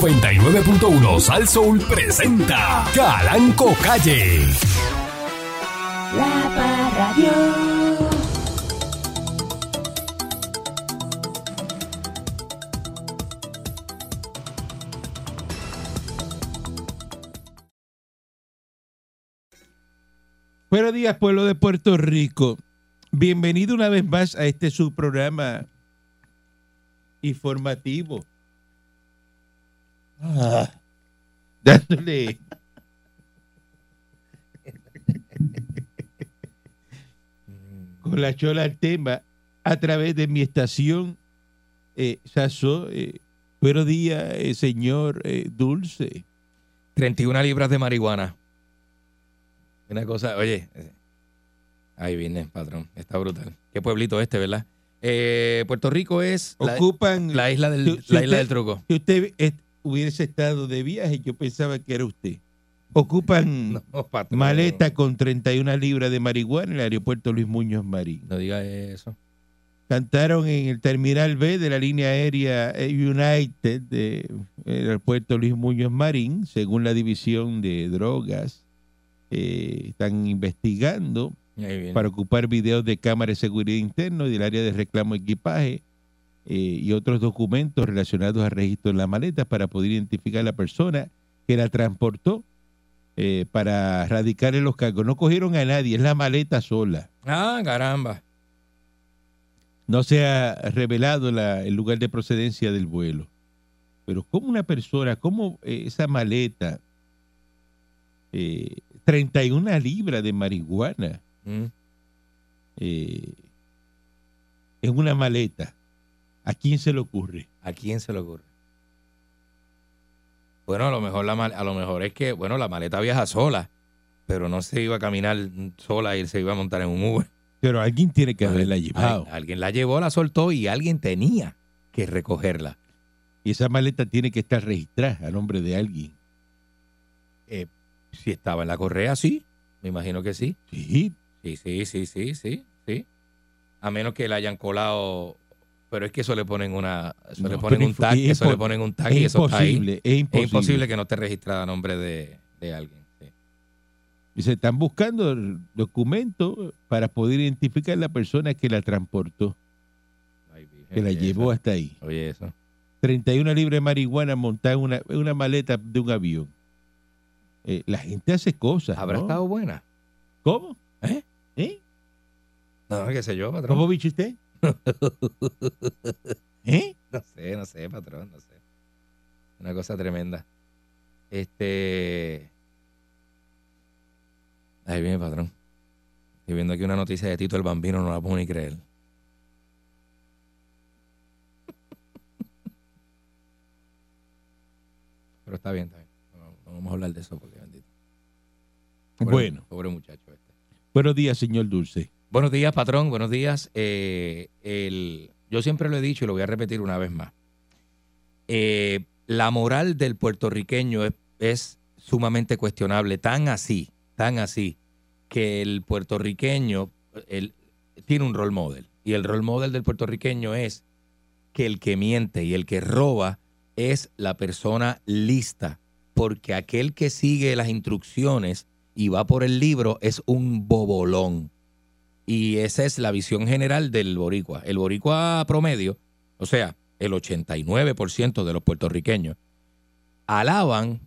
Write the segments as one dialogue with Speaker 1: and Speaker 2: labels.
Speaker 1: 99.1 Sal Soul presenta Calanco Calle.
Speaker 2: La Parradio.
Speaker 3: Buenos días, pueblo de Puerto Rico. Bienvenido una vez más a este su programa informativo. Ah, dándole. con la chola al tema a través de mi estación eh, Sasso, eh, buenos días, eh, señor eh, Dulce.
Speaker 4: 31 libras de marihuana. Una cosa, oye. eh, Ahí vine, patrón. Está brutal. Qué pueblito este, ¿verdad? Eh, Puerto Rico es la,
Speaker 3: Ocupan.
Speaker 4: la isla del,
Speaker 3: Si- si
Speaker 4: la isla
Speaker 3: usted-
Speaker 4: del truco.
Speaker 3: Si usted eh, hubiese estado de viaje, yo pensaba que era usted. Ocupan
Speaker 4: No, patrón,
Speaker 3: maleta con 31 libras de marihuana en el aeropuerto Luis Muñoz Marín.
Speaker 4: No diga eso.
Speaker 3: Cantaron en el terminal B de la línea aérea eh, United del aeropuerto Luis Muñoz Marín, según la división de drogas. eh, están investigando
Speaker 4: Ahí viene.
Speaker 3: para ocupar videos de cámara de seguridad interno y del área de reclamo de equipaje eh, y otros documentos relacionados al registro en la maleta para poder identificar a la persona que la transportó eh, para radicar en los cargos. No cogieron a nadie, es la maleta sola.
Speaker 4: Ah, caramba.
Speaker 3: No se ha revelado la- el lugar de procedencia del vuelo. Pero ¿cómo una persona, cómo eh, esa maleta, eh, 31 libras de marihuana,
Speaker 4: Mm.
Speaker 3: eh, en una maleta. ¿A quién se le ocurre?
Speaker 4: ¿A quién se le ocurre? Bueno, a lo mejor la mal- a lo mejor es que, bueno, la maleta viaja sola, pero no se iba a caminar sola y se iba a montar en un Uber.
Speaker 3: Pero alguien tiene que haberla llevado.
Speaker 4: Al- alguien la llevó, la soltó y alguien tenía que recogerla.
Speaker 3: Y esa maleta tiene que estar registrada a nombre de alguien.
Speaker 4: Eh, si estaba en la correa, sí. Me imagino que sí.
Speaker 3: Sí,
Speaker 4: Sí, sí, sí, sí, sí, sí. A menos que la hayan colado. Pero es que eso le ponen una. Eso
Speaker 3: No,
Speaker 4: le ponen
Speaker 3: pero
Speaker 4: un
Speaker 3: es-
Speaker 4: tag.
Speaker 3: es
Speaker 4: Eso le
Speaker 3: impo-
Speaker 4: ponen un tag y
Speaker 3: es
Speaker 4: eso está ahí.
Speaker 3: imposible, es imposible.
Speaker 4: Es imposible que no esté registrada a nombre de, de alguien. sí.
Speaker 3: Y se están buscando documentos para poder identificar la persona que la transportó,
Speaker 4: Ay, Virgen,
Speaker 3: que la
Speaker 4: oye,
Speaker 3: llevó
Speaker 4: eso.
Speaker 3: hasta ahí.
Speaker 4: Oye, eso.
Speaker 3: 31 libras de marihuana montada en una, en una maleta de un avión. Eh, la gente hace cosas.
Speaker 4: ¿Habrá
Speaker 3: ¿no?
Speaker 4: estado buena?
Speaker 3: ¿Cómo?
Speaker 4: ¿Eh?
Speaker 3: ¿Eh?
Speaker 4: No, qué sé yo, patrón.
Speaker 3: ¿Cómo bicho usted? ¿Eh?
Speaker 4: No sé, no sé, patrón, no sé. Una cosa tremenda. Este. Ahí viene, patrón. Estoy viendo aquí una noticia de Tito el Bambino, no la puedo ni creer. Pero está bien, está bien. No, no vamos a hablar de eso porque bendito. Pobre-
Speaker 3: Bueno.
Speaker 4: Pobre muchacho este.
Speaker 3: Buenos días, señor Dulce.
Speaker 4: Buenos días, patrón. Buenos días. Eh, el, yo siempre lo he dicho y lo voy a repetir una vez más. Eh, la moral del puertorriqueño es, es sumamente cuestionable, tan así, tan así, que el puertorriqueño el- tiene un role model. Y el role model del puertorriqueño es que el que miente y el que roba es la persona lista, porque aquel que sigue las instrucciones y va por el libro es un bobolón. Y esa es la visión general del boricua. El boricua promedio, o sea, el 89% de los puertorriqueños, alaban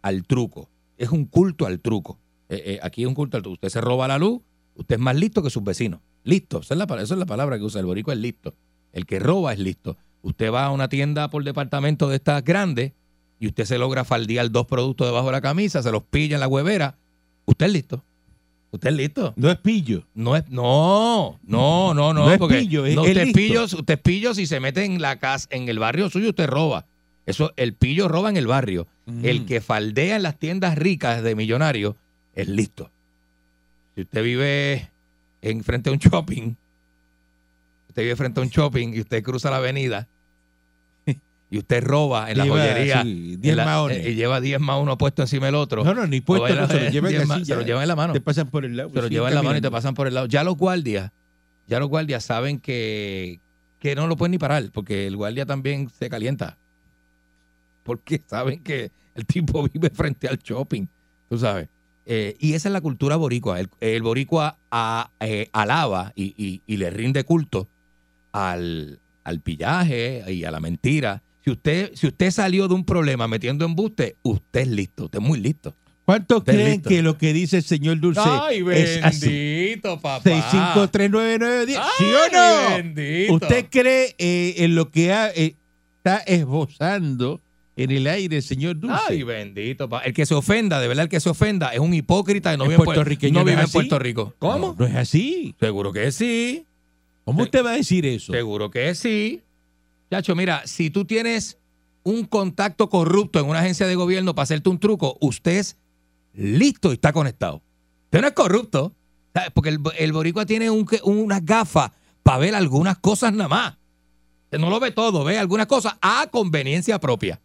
Speaker 4: al truco. Es un culto al truco. Eh, eh, aquí es un culto al truco. Usted se roba la luz, usted es más listo que sus vecinos. Listo. Esa es la, pa- esa es la palabra que usa el boricua, es listo. El que roba es listo. Usted va a una tienda por departamento de estas grandes y usted se logra faldear dos productos debajo de la camisa, se los pilla en la huevera. Usted es listo. Usted es listo.
Speaker 3: No es pillo.
Speaker 4: No es, no, no, no, no,
Speaker 3: No es
Speaker 4: porque
Speaker 3: pillo, es-
Speaker 4: no,
Speaker 3: es
Speaker 4: usted, es
Speaker 3: listo.
Speaker 4: pillo, usted es pillo si se mete en la casa, en el barrio suyo, usted roba. Eso, el pillo roba en el barrio. El que faldea en las tiendas ricas de millonarios es listo. Si usted vive en frente a un shopping, usted vive frente a un shopping y usted cruza la avenida y usted roba en la
Speaker 3: Lleva,
Speaker 4: joyería
Speaker 3: sí,
Speaker 4: en
Speaker 3: 10
Speaker 4: la-
Speaker 3: maones.
Speaker 4: eh, y lleva 10 más uno puesto encima del otro.
Speaker 3: No, no, ni puesto,
Speaker 4: Oye,
Speaker 3: Pues no, se lo
Speaker 4: eh,
Speaker 3: llevan
Speaker 4: diez
Speaker 3: así,
Speaker 4: más- se
Speaker 3: ya.
Speaker 4: lo llevan en la mano.
Speaker 3: Te pasan por el lado.
Speaker 4: Se lo
Speaker 3: sí,
Speaker 4: llevan en la mano y te
Speaker 3: caminando.
Speaker 4: pasan por el lado. Ya los guardias, ya los guardias saben que, que no lo pueden ni parar, porque el guardia también se calienta. porque saben que el tipo vive frente al shopping, tú sabes. Eh, y esa es la cultura boricua. El, el boricua a- eh, alaba y, y- y le rinde culto al, al pillaje y a la mentira. Si usted, si usted salió de un problema metiendo embuste, usted es listo, usted es muy listo.
Speaker 3: ¿Cuántos
Speaker 4: Está
Speaker 3: creen
Speaker 4: listo.
Speaker 3: que lo que dice el señor Dulce es así? 6539910. ¿Sí o no? ¿Usted cree eh, en lo que ha- eh, está esbozando en el aire el señor Dulce?
Speaker 4: Ay, bendito. pa- El que se ofenda, de verdad, el que se ofenda es un hipócrita y no
Speaker 3: ¿Es
Speaker 4: vive en Puer-
Speaker 3: puertorriqueño,
Speaker 4: no
Speaker 3: no
Speaker 4: vive
Speaker 3: es
Speaker 4: en
Speaker 3: así?
Speaker 4: Puerto Rico.
Speaker 3: No, no es así.
Speaker 4: Seguro que sí.
Speaker 3: ¿Cómo
Speaker 4: Sí.
Speaker 3: usted va a decir eso?
Speaker 4: Seguro que sí. Chacho, mira, si tú tienes un contacto corrupto en una agencia de gobierno para hacerte un truco, usted es listo y está conectado. Usted no es corrupto. ¿sabes? Porque el, bo- el boricua tiene un, que- unas gafas para ver algunas cosas nada más. Usted no lo ve todo, ve algunas cosas a conveniencia propia.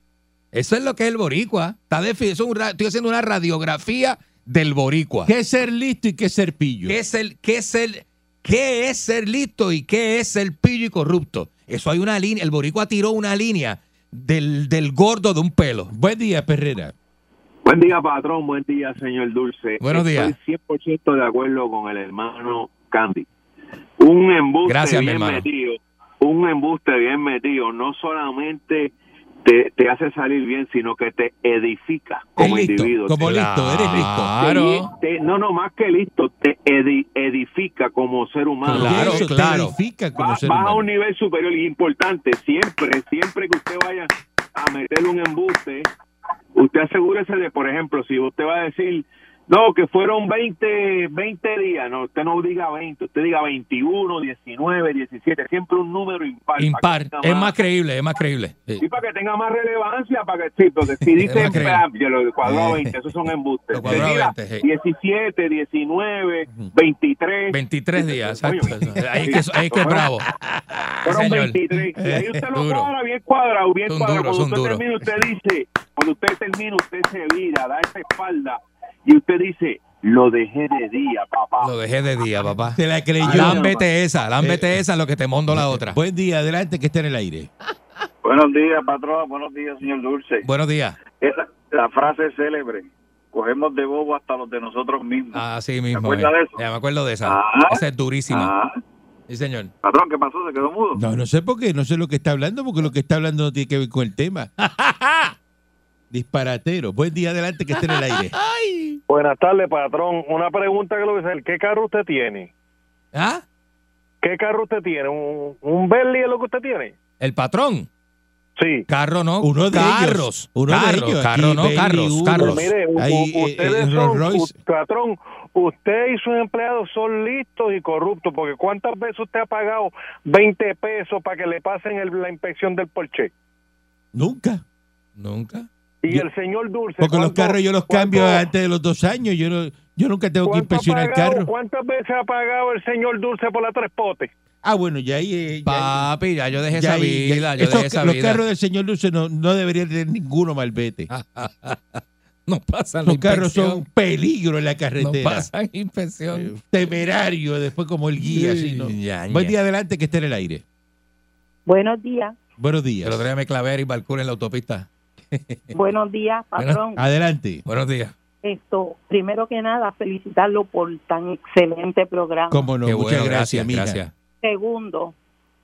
Speaker 4: Eso es lo que es el boricua. Está defi- eso es un ra- estoy haciendo una radiografía del boricua.
Speaker 3: ¿Qué es ser listo y qué es ser pillo?
Speaker 4: ¿Qué es el, qué es el, qué es ser listo y qué es el pillo y corrupto? Eso hay una línea. El boricua tiró una línea del, del gordo de un pelo.
Speaker 3: Buen día, Perrera.
Speaker 5: Buen día, patrón. Buen día, señor Dulce.
Speaker 4: Buenos días.
Speaker 5: Estoy 100% de acuerdo con el hermano Candy. Un embuste
Speaker 4: Gracias, mi
Speaker 5: bien
Speaker 4: hermano.
Speaker 5: metido, un embuste bien metido, no solamente te, te hace salir bien, sino que te edifica como
Speaker 3: Es listo,
Speaker 5: individuo.
Speaker 3: como
Speaker 5: Te-
Speaker 3: listo, eres listo.
Speaker 4: Claro.
Speaker 5: te- no, no, más que listo, te edi- edifica como ser humano.
Speaker 4: Claro,
Speaker 3: Porque eso
Speaker 4: claro.
Speaker 3: te edifica como
Speaker 5: Va-
Speaker 3: ser
Speaker 5: vas a
Speaker 3: humano.
Speaker 5: un nivel superior y importante siempre, siempre que usted vaya a meterle un embuste, usted asegúrese de, por ejemplo, si usted va a decir, no, que fueron 20, 20 días, no, usted no diga 20, usted diga 21, 19, 17, siempre un número impar. para que
Speaker 4: Impar.
Speaker 5: tenga
Speaker 4: Es más creíble, es más creíble. Sí.
Speaker 5: Sí, para que tenga más relevancia, para que sí, porque si
Speaker 4: Es
Speaker 5: dicen
Speaker 4: más creíble.
Speaker 5: "Pam", ya lo de cuadrado
Speaker 4: Eh,
Speaker 5: 20, esos son embustes.
Speaker 4: lo cuadrado
Speaker 5: Usted diga
Speaker 4: 20, sí.
Speaker 5: 17, 19, 23,
Speaker 4: 23 días,
Speaker 5: Coño.
Speaker 4: exacto. Ahí es que, ahí es que es bravo.
Speaker 5: Fueron
Speaker 4: Ah, Señor.
Speaker 5: 23. Y ahí usted lo
Speaker 4: Duro.
Speaker 5: cuadra bien cuadrado, bien
Speaker 4: Son
Speaker 5: cuadrado.
Speaker 4: duros,
Speaker 5: cuando
Speaker 4: son
Speaker 5: usted
Speaker 4: duros.
Speaker 5: termina, usted dice, cuando usted termina, usted se vira, da esa espalda y usted dice, lo dejé de día, papá.
Speaker 4: Lo dejé de día, papá.
Speaker 3: Se la creyó. Eh,
Speaker 4: Lámbete esa, lámbete esa, lo que te mondo la otra.
Speaker 3: Buen día, adelante, que está en el aire.
Speaker 6: Buenos días, patrón. Buenos días, señor Dulce.
Speaker 4: Buenos días.
Speaker 6: Esa- la frase es célebre. Cogemos de bobo hasta los de nosotros mismos.
Speaker 4: Así mismo.
Speaker 6: acuerdas
Speaker 4: eh.
Speaker 6: de eso?
Speaker 4: Ya, me acuerdo de esa.
Speaker 6: Ah.
Speaker 4: Esa es durísima.
Speaker 6: Ah,
Speaker 4: Sí, señor.
Speaker 6: patrón, ¿qué pasó? ¿Se quedó mudo?
Speaker 3: No, no sé por qué, no sé lo que está hablando, porque lo que está hablando no tiene que ver con el tema. Disparatero. Buen día, adelante, que está en el aire.
Speaker 2: Buenas tardes, patrón. Una pregunta que lo voy a hacer. ¿Qué carro usted tiene?
Speaker 4: ¿Ah?
Speaker 2: ¿Qué carro usted tiene? ¿Un, un Bentley es lo que usted tiene?
Speaker 4: El patrón.
Speaker 2: Sí.
Speaker 4: Carro no.
Speaker 3: Uno de
Speaker 4: carros.
Speaker 3: ellos. Uno de
Speaker 4: carros,
Speaker 3: ellos.
Speaker 4: carro
Speaker 3: Aquí,
Speaker 4: no,
Speaker 3: Bentley,
Speaker 4: carros,
Speaker 3: uno.
Speaker 4: carros.
Speaker 2: Pues mire, u- u-
Speaker 3: Ahí, eh,
Speaker 2: ustedes
Speaker 3: eh,
Speaker 2: son,
Speaker 3: Rolls Royce.
Speaker 2: u- patrón, usted y sus empleados son listos y corruptos, porque ¿cuántas veces usted ha pagado 20 pesos para que le pasen el- la inspección del Porsche?
Speaker 3: Nunca.
Speaker 4: Nunca.
Speaker 2: Y
Speaker 3: Yo-
Speaker 2: el señor Dulce...
Speaker 3: Porque los
Speaker 2: ¿cuánto-
Speaker 3: carros yo los
Speaker 2: cuánto-
Speaker 3: cambio antes de los dos años. Yo, no- yo nunca tengo que
Speaker 2: cuánto ha
Speaker 3: inspeccionar
Speaker 2: pagado-
Speaker 3: carros.
Speaker 2: ¿Cuántas veces ha pagado el señor Dulce por la tres potes?
Speaker 3: Ah, bueno, ya ahí. eh, ya-
Speaker 4: Papi, ya yo dejé
Speaker 3: ya
Speaker 4: esa
Speaker 3: ahí, ya-
Speaker 4: vida, yo
Speaker 3: esos-
Speaker 4: dejé esa
Speaker 3: los
Speaker 4: vida.
Speaker 3: carros del señor Luce no, no deberían tener ninguno malvete.
Speaker 4: no pasan la
Speaker 3: los carros son un
Speaker 4: inspección.
Speaker 3: peligro en la
Speaker 4: no
Speaker 3: carretera.
Speaker 4: pasan inspección.
Speaker 3: Eh, temerario, después como el guía.
Speaker 4: Sí,
Speaker 3: así, ¿no?
Speaker 4: ya,
Speaker 3: Buen
Speaker 4: ya.
Speaker 3: día, adelante, que esté en el aire.
Speaker 7: Buenos días,
Speaker 3: Buenos
Speaker 4: El
Speaker 3: días.
Speaker 4: otro día me clavé y balcón en la autopista.
Speaker 3: Eh,
Speaker 7: buenos días, patrón.
Speaker 3: ah. Adelante.
Speaker 4: Buenos días.
Speaker 7: Esto, primero que nada, felicitarlo por tan excelente programa.
Speaker 3: Cómo no,
Speaker 4: Qué
Speaker 3: muchas
Speaker 4: bueno,
Speaker 3: gracias,
Speaker 4: gracias,
Speaker 3: mija.
Speaker 4: gracias.
Speaker 7: Segundo,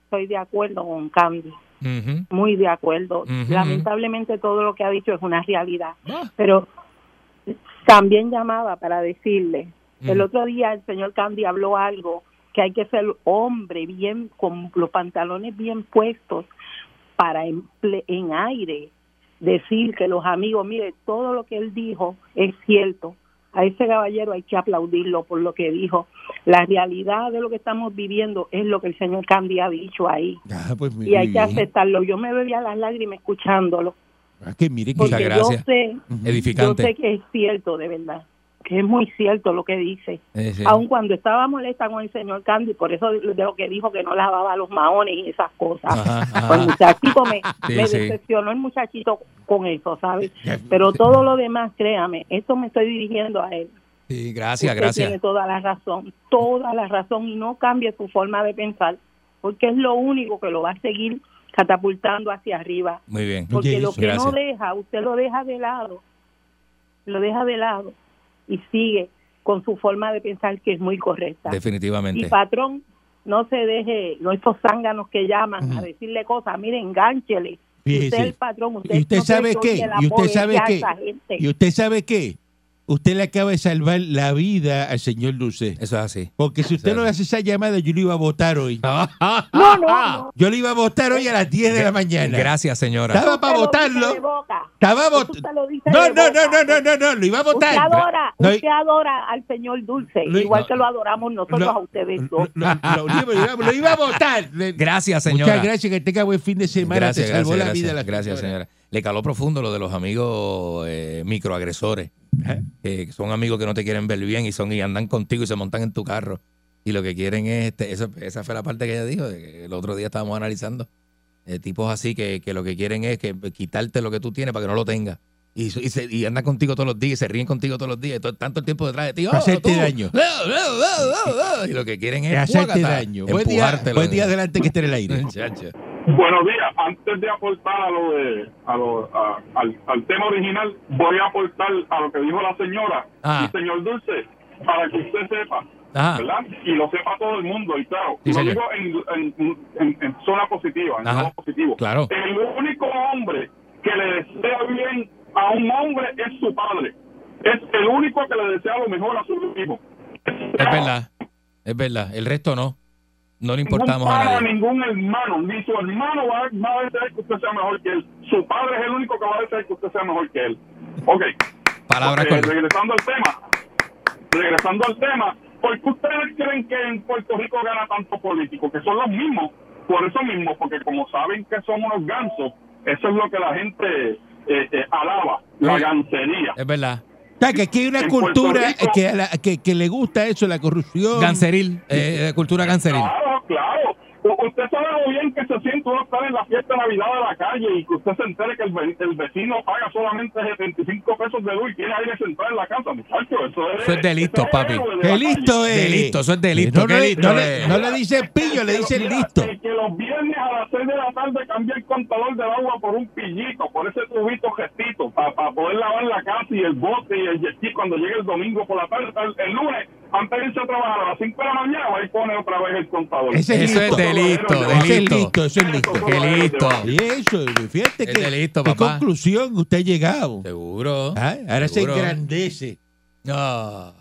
Speaker 7: estoy de acuerdo con Candy,
Speaker 4: Ujú.
Speaker 7: muy de acuerdo.
Speaker 4: Ujú, ujú.
Speaker 7: Lamentablemente todo lo que ha dicho es una realidad,
Speaker 4: Ah,
Speaker 7: pero también llamaba para decirle, el
Speaker 4: ujú.
Speaker 7: otro día el señor Candy habló algo que hay que ser hombre bien con los pantalones bien puestos para en, ple- en aire decir que los amigos, mire, todo lo que él dijo es cierto. A ese caballero hay que aplaudirlo por lo que dijo. La realidad de lo que estamos viviendo es lo que el señor Candy ha dicho ahí.
Speaker 3: Ah, pues, muy
Speaker 7: Y hay que
Speaker 3: bien.
Speaker 7: aceptarlo. Yo me bebía las lágrimas escuchándolo.
Speaker 3: Ah, que mire que
Speaker 7: Porque
Speaker 4: Muchas
Speaker 7: yo
Speaker 4: gracias.
Speaker 7: sé, yo
Speaker 4: Edificante.
Speaker 7: sé que es cierto, de verdad. Que es muy cierto lo que dice
Speaker 4: Eh, sí.
Speaker 7: aun cuando estaba molesta con el señor Candy, por eso de lo que dijo que no lavaba los maones y esas cosas.
Speaker 4: Ajá, ajá.
Speaker 7: Pues, muchachito, me,
Speaker 4: Sí,
Speaker 7: me
Speaker 4: sí.
Speaker 7: decepcionó el muchachito con eso, ¿sabes?
Speaker 3: Ya-
Speaker 7: Pero todo lo demás, créame, esto me estoy dirigiendo a él.
Speaker 4: Sí, gracias,
Speaker 7: Usted Tiene
Speaker 4: gracias.
Speaker 7: toda la razón, toda la razón, y no cambie su forma de pensar, porque es lo único que lo va a seguir catapultando hacia arriba.
Speaker 4: Muy bien.
Speaker 7: Porque
Speaker 3: Ok,
Speaker 7: lo
Speaker 3: eso.
Speaker 7: que
Speaker 4: Gracias.
Speaker 7: no deja, usted lo deja de lado, lo deja de lado y sigue con su forma de pensar que es muy correcta. Y
Speaker 4: Definitivamente.
Speaker 7: patrón, no se deje, no estos zánganos que llaman
Speaker 3: Ujú.
Speaker 7: a decirle cosas, mire, engánchele.
Speaker 3: Fíjese.
Speaker 7: Usted es el patrón, usted,
Speaker 3: ¿Y usted
Speaker 7: no se
Speaker 3: sabe
Speaker 7: socia
Speaker 3: qué?
Speaker 7: la
Speaker 3: ¿Y usted sabe
Speaker 7: bobería a
Speaker 3: qué?
Speaker 7: esa gente.
Speaker 3: ¿Y usted sabe qué? Usted le acaba de salvar la vida al señor Luce.
Speaker 4: Eso es así.
Speaker 3: Porque si usted no hace esa llamada, yo le iba a votar hoy.
Speaker 7: No, no, no.
Speaker 3: Yo le iba a votar hoy a las 10 de la mañana.
Speaker 4: Gracias,
Speaker 3: ¿Sabe?
Speaker 4: señora.
Speaker 3: Estaba para
Speaker 7: Eso usted lo dice
Speaker 3: votarlo.
Speaker 7: de boca.
Speaker 3: Estaba
Speaker 7: Eso
Speaker 3: vot-
Speaker 7: usted lo dice
Speaker 3: No,
Speaker 7: de
Speaker 3: no, no,
Speaker 7: boca.
Speaker 3: no, no, no, no, lo iba a
Speaker 7: Usted
Speaker 3: votar.
Speaker 7: adora,
Speaker 3: No,
Speaker 7: usted adora al señor Dulce,
Speaker 3: Lo-
Speaker 7: igual
Speaker 4: no,
Speaker 7: que lo adoramos nosotros
Speaker 3: lo-
Speaker 7: a ustedes
Speaker 3: lo,
Speaker 7: dos.
Speaker 3: lo- lo- lo iba- lo iba a votar. Le-
Speaker 4: Gracias,
Speaker 3: Muchas
Speaker 4: señora.
Speaker 3: gracias, que tenga buen fin de semana. Te salvó la vida la
Speaker 4: gracias, señora. Le caló profundo lo de los amigos eh, microagresores.
Speaker 3: Ajá.
Speaker 4: que son amigos que no te quieren ver bien y son y andan contigo y se montan en tu carro. Y lo que quieren es, este, eso- esa fue la parte que ella dijo, de que el otro día estábamos analizando, eh, tipos así que, que lo que quieren es que pues, quitarte lo que tú tienes para que no lo tengas. Y, su- y, se- y andan contigo todos los días, y se ríen contigo todos los días, y todo- tanto el tiempo detrás de ti. "Oh,
Speaker 3: Para hacerte daño".
Speaker 4: Y lo que quieren es
Speaker 3: De hacerte
Speaker 4: ¡guácata!
Speaker 3: daño. Buen día,
Speaker 4: empujártelo
Speaker 3: buen
Speaker 4: en-
Speaker 3: día adelante que esté en el aire.
Speaker 4: Chacho.
Speaker 8: Buenos días. Antes de aportar a lo de, a lo, a- al, al tema original, voy a aportar a lo que dijo la señora
Speaker 4: Ah.
Speaker 8: y señor Dulce para que usted sepa,
Speaker 4: Ajá.
Speaker 8: ¿verdad? Y lo sepa todo el mundo, y claro,
Speaker 4: Sí,
Speaker 8: lo
Speaker 4: señor.
Speaker 8: digo en, en, en- en zona positiva, en
Speaker 4: Ajá.
Speaker 8: lado positivo.
Speaker 4: Claro.
Speaker 8: El único hombre que le desea bien a un hombre es su padre. Es el único que le desea lo mejor a su hijo.
Speaker 4: Es verdad, es verdad. El resto no. No le importamos
Speaker 8: ningún
Speaker 4: a
Speaker 8: padre,
Speaker 4: nadie.
Speaker 8: ningún hermano, ni su hermano va, a- va a desear que usted sea mejor que él. Su padre es el único que va a desear que usted sea mejor que él. Ok,
Speaker 4: Palabras
Speaker 8: eh,
Speaker 4: con
Speaker 8: regresando al tema, regresando al tema, ¿por qué ustedes creen que en Puerto Rico gana tanto político? Que son los mismos, por eso mismo, porque como saben que somos unos gansos, eso es lo que la gente eh, eh, alaba, la
Speaker 4: Sí.
Speaker 8: gancería.
Speaker 4: Es verdad.
Speaker 3: O sea, que aquí hay una
Speaker 8: En Puerto
Speaker 3: cultura
Speaker 8: Rico-
Speaker 3: que, a la- que, que le gusta eso, la corrupción.
Speaker 4: Ganceril, eh, eh, cultura ganceril.
Speaker 8: Claro, claro. U- Usted sabe lo bien que se siente uno estar en la fiesta de Navidad de la calle y que usted se entere que el, ve- el vecino paga solamente 75 pesos de luz y tiene aire central en la casa, muchacho. Eso es,
Speaker 4: Eso es delito, papi.
Speaker 8: héroe de la
Speaker 3: ¡Qué
Speaker 8: calle.
Speaker 3: listo es!
Speaker 4: Delito, eh, eso es delito,
Speaker 3: No,
Speaker 4: qué
Speaker 3: le-
Speaker 4: listo eh.
Speaker 3: no le,
Speaker 4: es.
Speaker 3: no le dicen pillo, le dicen
Speaker 8: Mira,
Speaker 3: listo.
Speaker 8: el que los viernes a las 6 de la tarde cambia el contador del agua por un pillito, por ese tubito gestito, para poder lavar la casa y el bote y el jetí cuando llegue el domingo por la tarde, tal- el lunes, antes de irse a trabajar a las 5 de la mañana, ahí pone otra vez el contador.
Speaker 3: Ese es
Speaker 4: Eso es
Speaker 3: listo.
Speaker 4: delito,
Speaker 3: Eso es
Speaker 4: delito.
Speaker 3: listo, eso es listo.
Speaker 4: Qué listo.
Speaker 3: Y eso, fíjate
Speaker 4: Es
Speaker 3: que,
Speaker 4: delito,
Speaker 3: qué
Speaker 4: papá.
Speaker 3: conclusión usted ha llegado.
Speaker 4: Seguro.
Speaker 3: Ah, Ahora
Speaker 4: Seguro.
Speaker 3: se engrandece.
Speaker 4: Ah.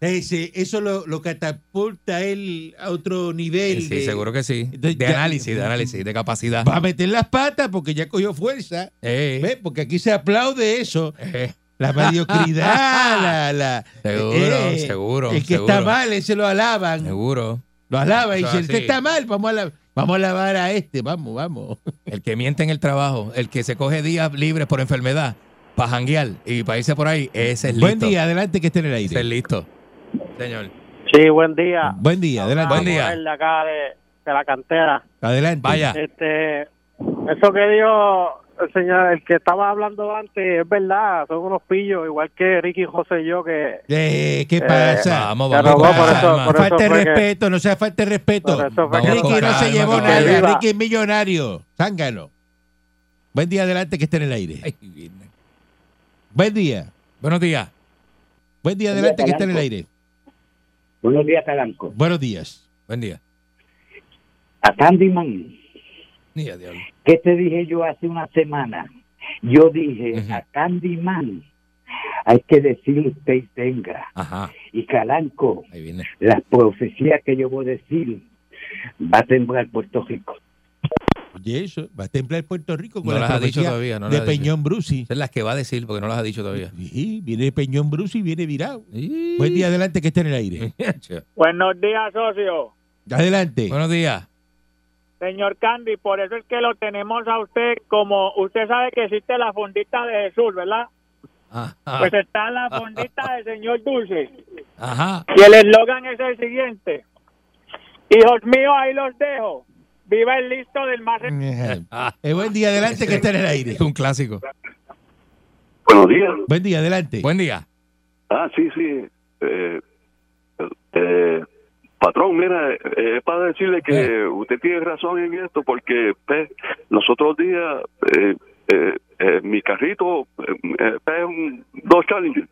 Speaker 3: Ese- eso lo, lo catapulta él a otro nivel.
Speaker 4: Sí,
Speaker 3: de-
Speaker 4: seguro que sí.
Speaker 3: de-
Speaker 4: De
Speaker 3: ya-
Speaker 4: análisis, de análisis, de capacidad.
Speaker 3: Va a meter las patas porque ya cogió fuerza.
Speaker 4: Eh,
Speaker 3: ¿Ve? Porque aquí se aplaude eso.
Speaker 4: eh,
Speaker 3: La mediocridad, la, la-
Speaker 4: Seguro, seguro,
Speaker 3: Eh, El que
Speaker 4: seguro.
Speaker 3: está mal, ese lo alaban.
Speaker 4: Seguro.
Speaker 3: Lo alaban y
Speaker 4: Eso es
Speaker 3: dicen, este
Speaker 4: así.
Speaker 3: está mal, vamos a, la- vamos a alabar a este, vamos, vamos.
Speaker 4: El que miente en el trabajo, el que se coge días libres por enfermedad, para janguear y para irse por ahí, ese es listo.
Speaker 3: Buen día, adelante que esté en el
Speaker 4: Ese es
Speaker 3: aire.
Speaker 4: listo. Señor.
Speaker 9: Sí, buen día.
Speaker 3: Buen día, adelante.
Speaker 4: Buen día.
Speaker 9: Manuel de acá de, de la cantera.
Speaker 3: Adelante.
Speaker 4: Vaya.
Speaker 9: Este, eso que dijo el señor, el que estaba hablando antes, es verdad, son unos pillos, igual que Ricky José y yo que
Speaker 3: Eh, ¿Qué
Speaker 9: Eh,
Speaker 3: pasa?
Speaker 4: Vamos,
Speaker 9: se
Speaker 4: vamos.
Speaker 9: robó
Speaker 4: con
Speaker 9: por eso,
Speaker 4: calma.
Speaker 9: por eso.
Speaker 3: falta de
Speaker 9: fue que-
Speaker 3: respeto, no sea falta de respeto.
Speaker 9: por eso fue
Speaker 4: Vamos
Speaker 9: que
Speaker 4: con
Speaker 3: Ricky no
Speaker 4: calma,
Speaker 3: se llevó
Speaker 4: con
Speaker 3: nada,
Speaker 9: calma.
Speaker 3: Ricky es millonario. Zángano. Buen día, adelante que esté en el aire.
Speaker 4: Ay, bien.
Speaker 3: Buen día.
Speaker 4: Buenos días.
Speaker 3: Buen día, adelante que esté en el aire.
Speaker 10: Buenos días, Talanco.
Speaker 3: Buenos días.
Speaker 4: Buen día.
Speaker 10: A Candyman,
Speaker 4: Ni a diablo.
Speaker 10: ¿qué te dije yo hace una semana? Yo dije,
Speaker 4: Ujú.
Speaker 10: a Candyman hay que decirle usted y tenga.
Speaker 4: Ajá,
Speaker 10: Y Calanco,
Speaker 4: ahí viene.
Speaker 10: las profecías que yo voy a decir, va a temblar Puerto Rico.
Speaker 3: Oye, eso, va a templar Puerto Rico con
Speaker 4: No
Speaker 3: la
Speaker 4: las ha dicho
Speaker 3: profecía
Speaker 4: todavía, no
Speaker 3: de
Speaker 4: las ha dicho.
Speaker 3: Peñón Brusi.
Speaker 4: Son las que va a decir porque no las ha dicho todavía.
Speaker 3: Sí, viene Peñón Brusi y viene virado. Buen día, adelante que esté en el aire.
Speaker 9: Buenos días, socio.
Speaker 3: Adelante.
Speaker 4: Buenos días.
Speaker 9: Señor Candy, por eso es que lo tenemos a usted como usted sabe que existe la fondita de Jesús, ¿verdad?
Speaker 4: Ajá.
Speaker 9: Pues está la fondita del señor Dulce.
Speaker 4: Ajá.
Speaker 9: Y el eslogan es el siguiente. Hijos míos, ahí los dejo. Viva el listo del más...
Speaker 4: Ah,
Speaker 3: Eh, buen día, adelante que esté en el aire.
Speaker 4: es un clásico.
Speaker 11: Buenos días.
Speaker 3: Buen día, adelante.
Speaker 4: Buen día.
Speaker 11: Ah, sí, sí. Eh, eh, patrón, mira, eh, es para decirle
Speaker 4: Eh.
Speaker 11: que usted tiene razón en esto, porque pues, los otros días eh, eh, eh, mi carrito eh, pues, es un dos Challenger.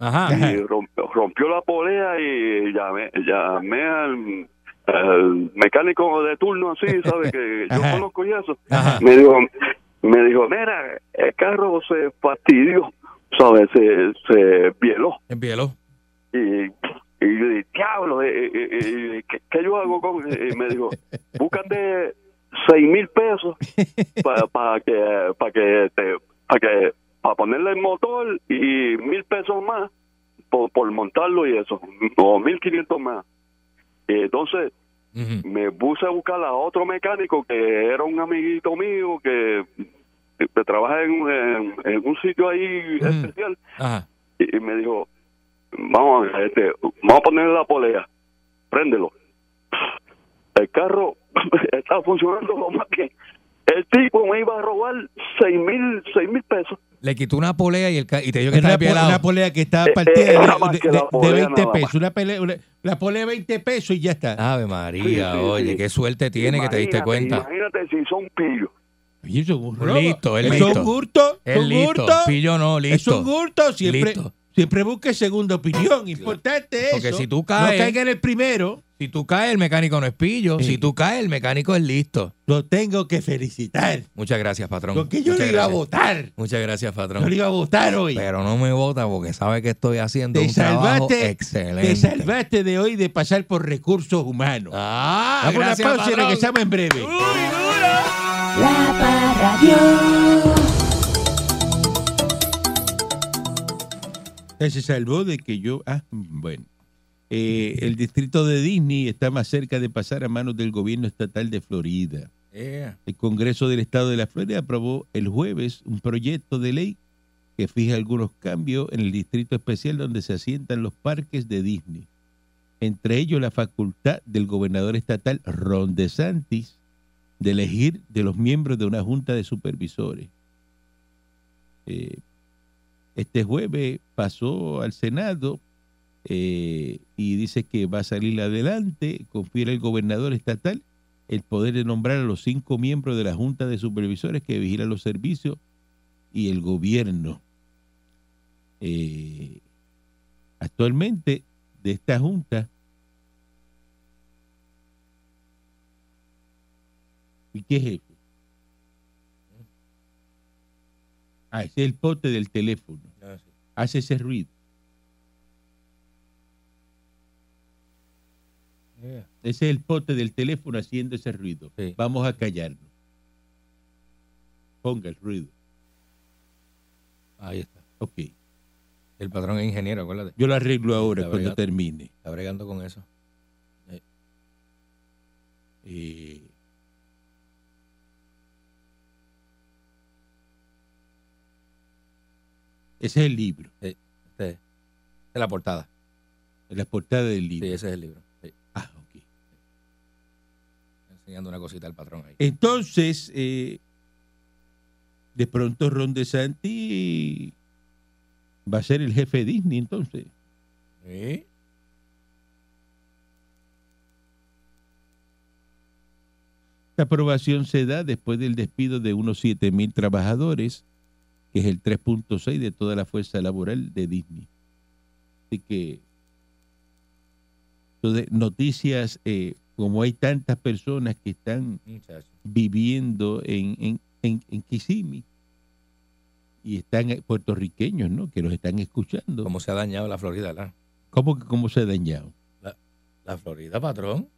Speaker 4: Ajá.
Speaker 11: Y romp- rompió la polea y llamé, llamé al, al mecánico de turno así, ¿sabe? Que yo
Speaker 12: Ajá.
Speaker 11: conozco y eso.
Speaker 12: Ajá.
Speaker 11: Me dijo, me dijo, mira, el carro se fastidió, ¿sabes?
Speaker 6: Eh,
Speaker 11: Se, se bieló.
Speaker 4: Envíelo.
Speaker 11: Y, y yo dije, diablo, eh, eh, eh, eh, ¿qué, qué yo hago con...? Y me dijo, búscate seis mil pesos para que, para que, te, para que, para ponerle el motor y mil pesos más por, por montarlo y eso, o mil quinientos más. Y entonces me puse a buscar a otro mecánico que era un amiguito mío que, que trabaja en, un- en- en un sitio ahí especial
Speaker 4: Ajá.
Speaker 11: y, y me dijo, vamos, a- este, vamos a ponerle la polea, préndelo. El carro está funcionando lo más que el tipo me iba a robar seis mil, seis mil pesos.
Speaker 4: Le quitó una polea y, el ca- y te dijo que
Speaker 3: Era una, po-
Speaker 4: estaba pielado.
Speaker 3: una polea que estaba
Speaker 11: Eh,
Speaker 3: partida
Speaker 11: eh,
Speaker 3: de-
Speaker 11: nada más
Speaker 3: de,
Speaker 11: que
Speaker 3: de-
Speaker 11: la
Speaker 3: de
Speaker 11: polea,
Speaker 3: 20
Speaker 11: nada más.
Speaker 3: pesos. Una pelea, una- la polea de 20 pesos y ya está.
Speaker 4: Ave María,
Speaker 3: Sí, sí,
Speaker 4: oye,
Speaker 3: sí.
Speaker 4: qué suerte tiene que te diste
Speaker 11: Imagínate,
Speaker 4: cuenta.
Speaker 11: Imagínate si son pillos.
Speaker 3: Oye, eso es un robo.
Speaker 4: Listo, él
Speaker 3: Eso
Speaker 4: listo.
Speaker 3: es un hurto.
Speaker 4: Es
Speaker 3: un
Speaker 4: listo.
Speaker 3: hurto.
Speaker 4: Pillo no, listo.
Speaker 3: Es un hurto. Siempre,
Speaker 4: Listo.
Speaker 3: siempre busque segunda opinión. Importante eso.
Speaker 4: Porque si tú
Speaker 3: No
Speaker 4: caes-
Speaker 3: caiga en el primero.
Speaker 4: Si tú caes, el mecánico no es pillo. Si tú caes, el mecánico es listo.
Speaker 3: Lo tengo que felicitar.
Speaker 4: Muchas gracias, patrón.
Speaker 3: Porque yo
Speaker 4: Muchas
Speaker 3: le iba a
Speaker 4: gracias.
Speaker 3: votar.
Speaker 4: Muchas gracias, patrón.
Speaker 3: Yo le iba a votar hoy.
Speaker 4: Pero no me vota porque sabe que estoy haciendo
Speaker 3: Te
Speaker 4: un trabajo
Speaker 3: salvaste, te
Speaker 4: excelente.
Speaker 3: salvaste de hoy de pasar por recursos humanos.
Speaker 4: Ah,
Speaker 3: Vamos
Speaker 4: gracias,
Speaker 3: a una pausa y
Speaker 4: patrón.
Speaker 3: regresamos en breve.
Speaker 2: La Parradio.
Speaker 3: Él se salvó de que yo. Ah, bueno. Eh, el distrito de Disney está más cerca de pasar a manos del gobierno estatal de Florida.
Speaker 4: Yeah.
Speaker 3: El Congreso del Estado de la Florida aprobó el jueves un proyecto de ley que fija algunos cambios en el distrito especial donde se asientan los parques de Disney. Entre ellos, la facultad del gobernador estatal Ron DeSantis de elegir de los miembros de una junta de supervisores. Eh, este jueves pasó al Senado eh, y dice que va a salir adelante, confiere el gobernador estatal el poder de nombrar a los cinco miembros de la Junta de Supervisores que vigilan los servicios y el gobierno. Eh, actualmente, de esta Junta, ¿y qué es esto? Ah, ese es el pote del teléfono. Hace ese ruido. Ese es el pote del teléfono haciendo ese ruido. Vamos a callarlo. Ponga el ruido.
Speaker 4: Ahí está.
Speaker 3: Ok.
Speaker 4: El patrón es ingeniero, acuérdate.
Speaker 3: Yo lo arreglo ahora
Speaker 4: Está
Speaker 3: cuando
Speaker 4: bregando.
Speaker 3: termine.
Speaker 4: Está bregando con eso.
Speaker 3: Eh, ese es el libro. eh,
Speaker 4: Este, esta es la portada.
Speaker 3: La portada del libro.
Speaker 4: Sí, ese es el libro. Sí.
Speaker 3: Ah, ok.
Speaker 4: Enseñando una cosita al patrón ahí.
Speaker 3: Entonces, eh, de pronto Ron DeSantis va a ser el jefe de Disney, entonces.
Speaker 4: Sí.
Speaker 3: Esta aprobación se da después del despido de unos 7 mil trabajadores, que es el 3.6 de toda la fuerza laboral de Disney. Así que, entonces, noticias, eh, como hay tantas personas que están
Speaker 4: Muchacho.
Speaker 3: viviendo en, en, en, en Kissimmee y están eh, puertorriqueños, ¿no? Que los están escuchando.
Speaker 4: Cómo se ha dañado la Florida, ¿verdad?
Speaker 3: ¿Cómo, que cómo se ha dañado?
Speaker 4: La Florida, patrón.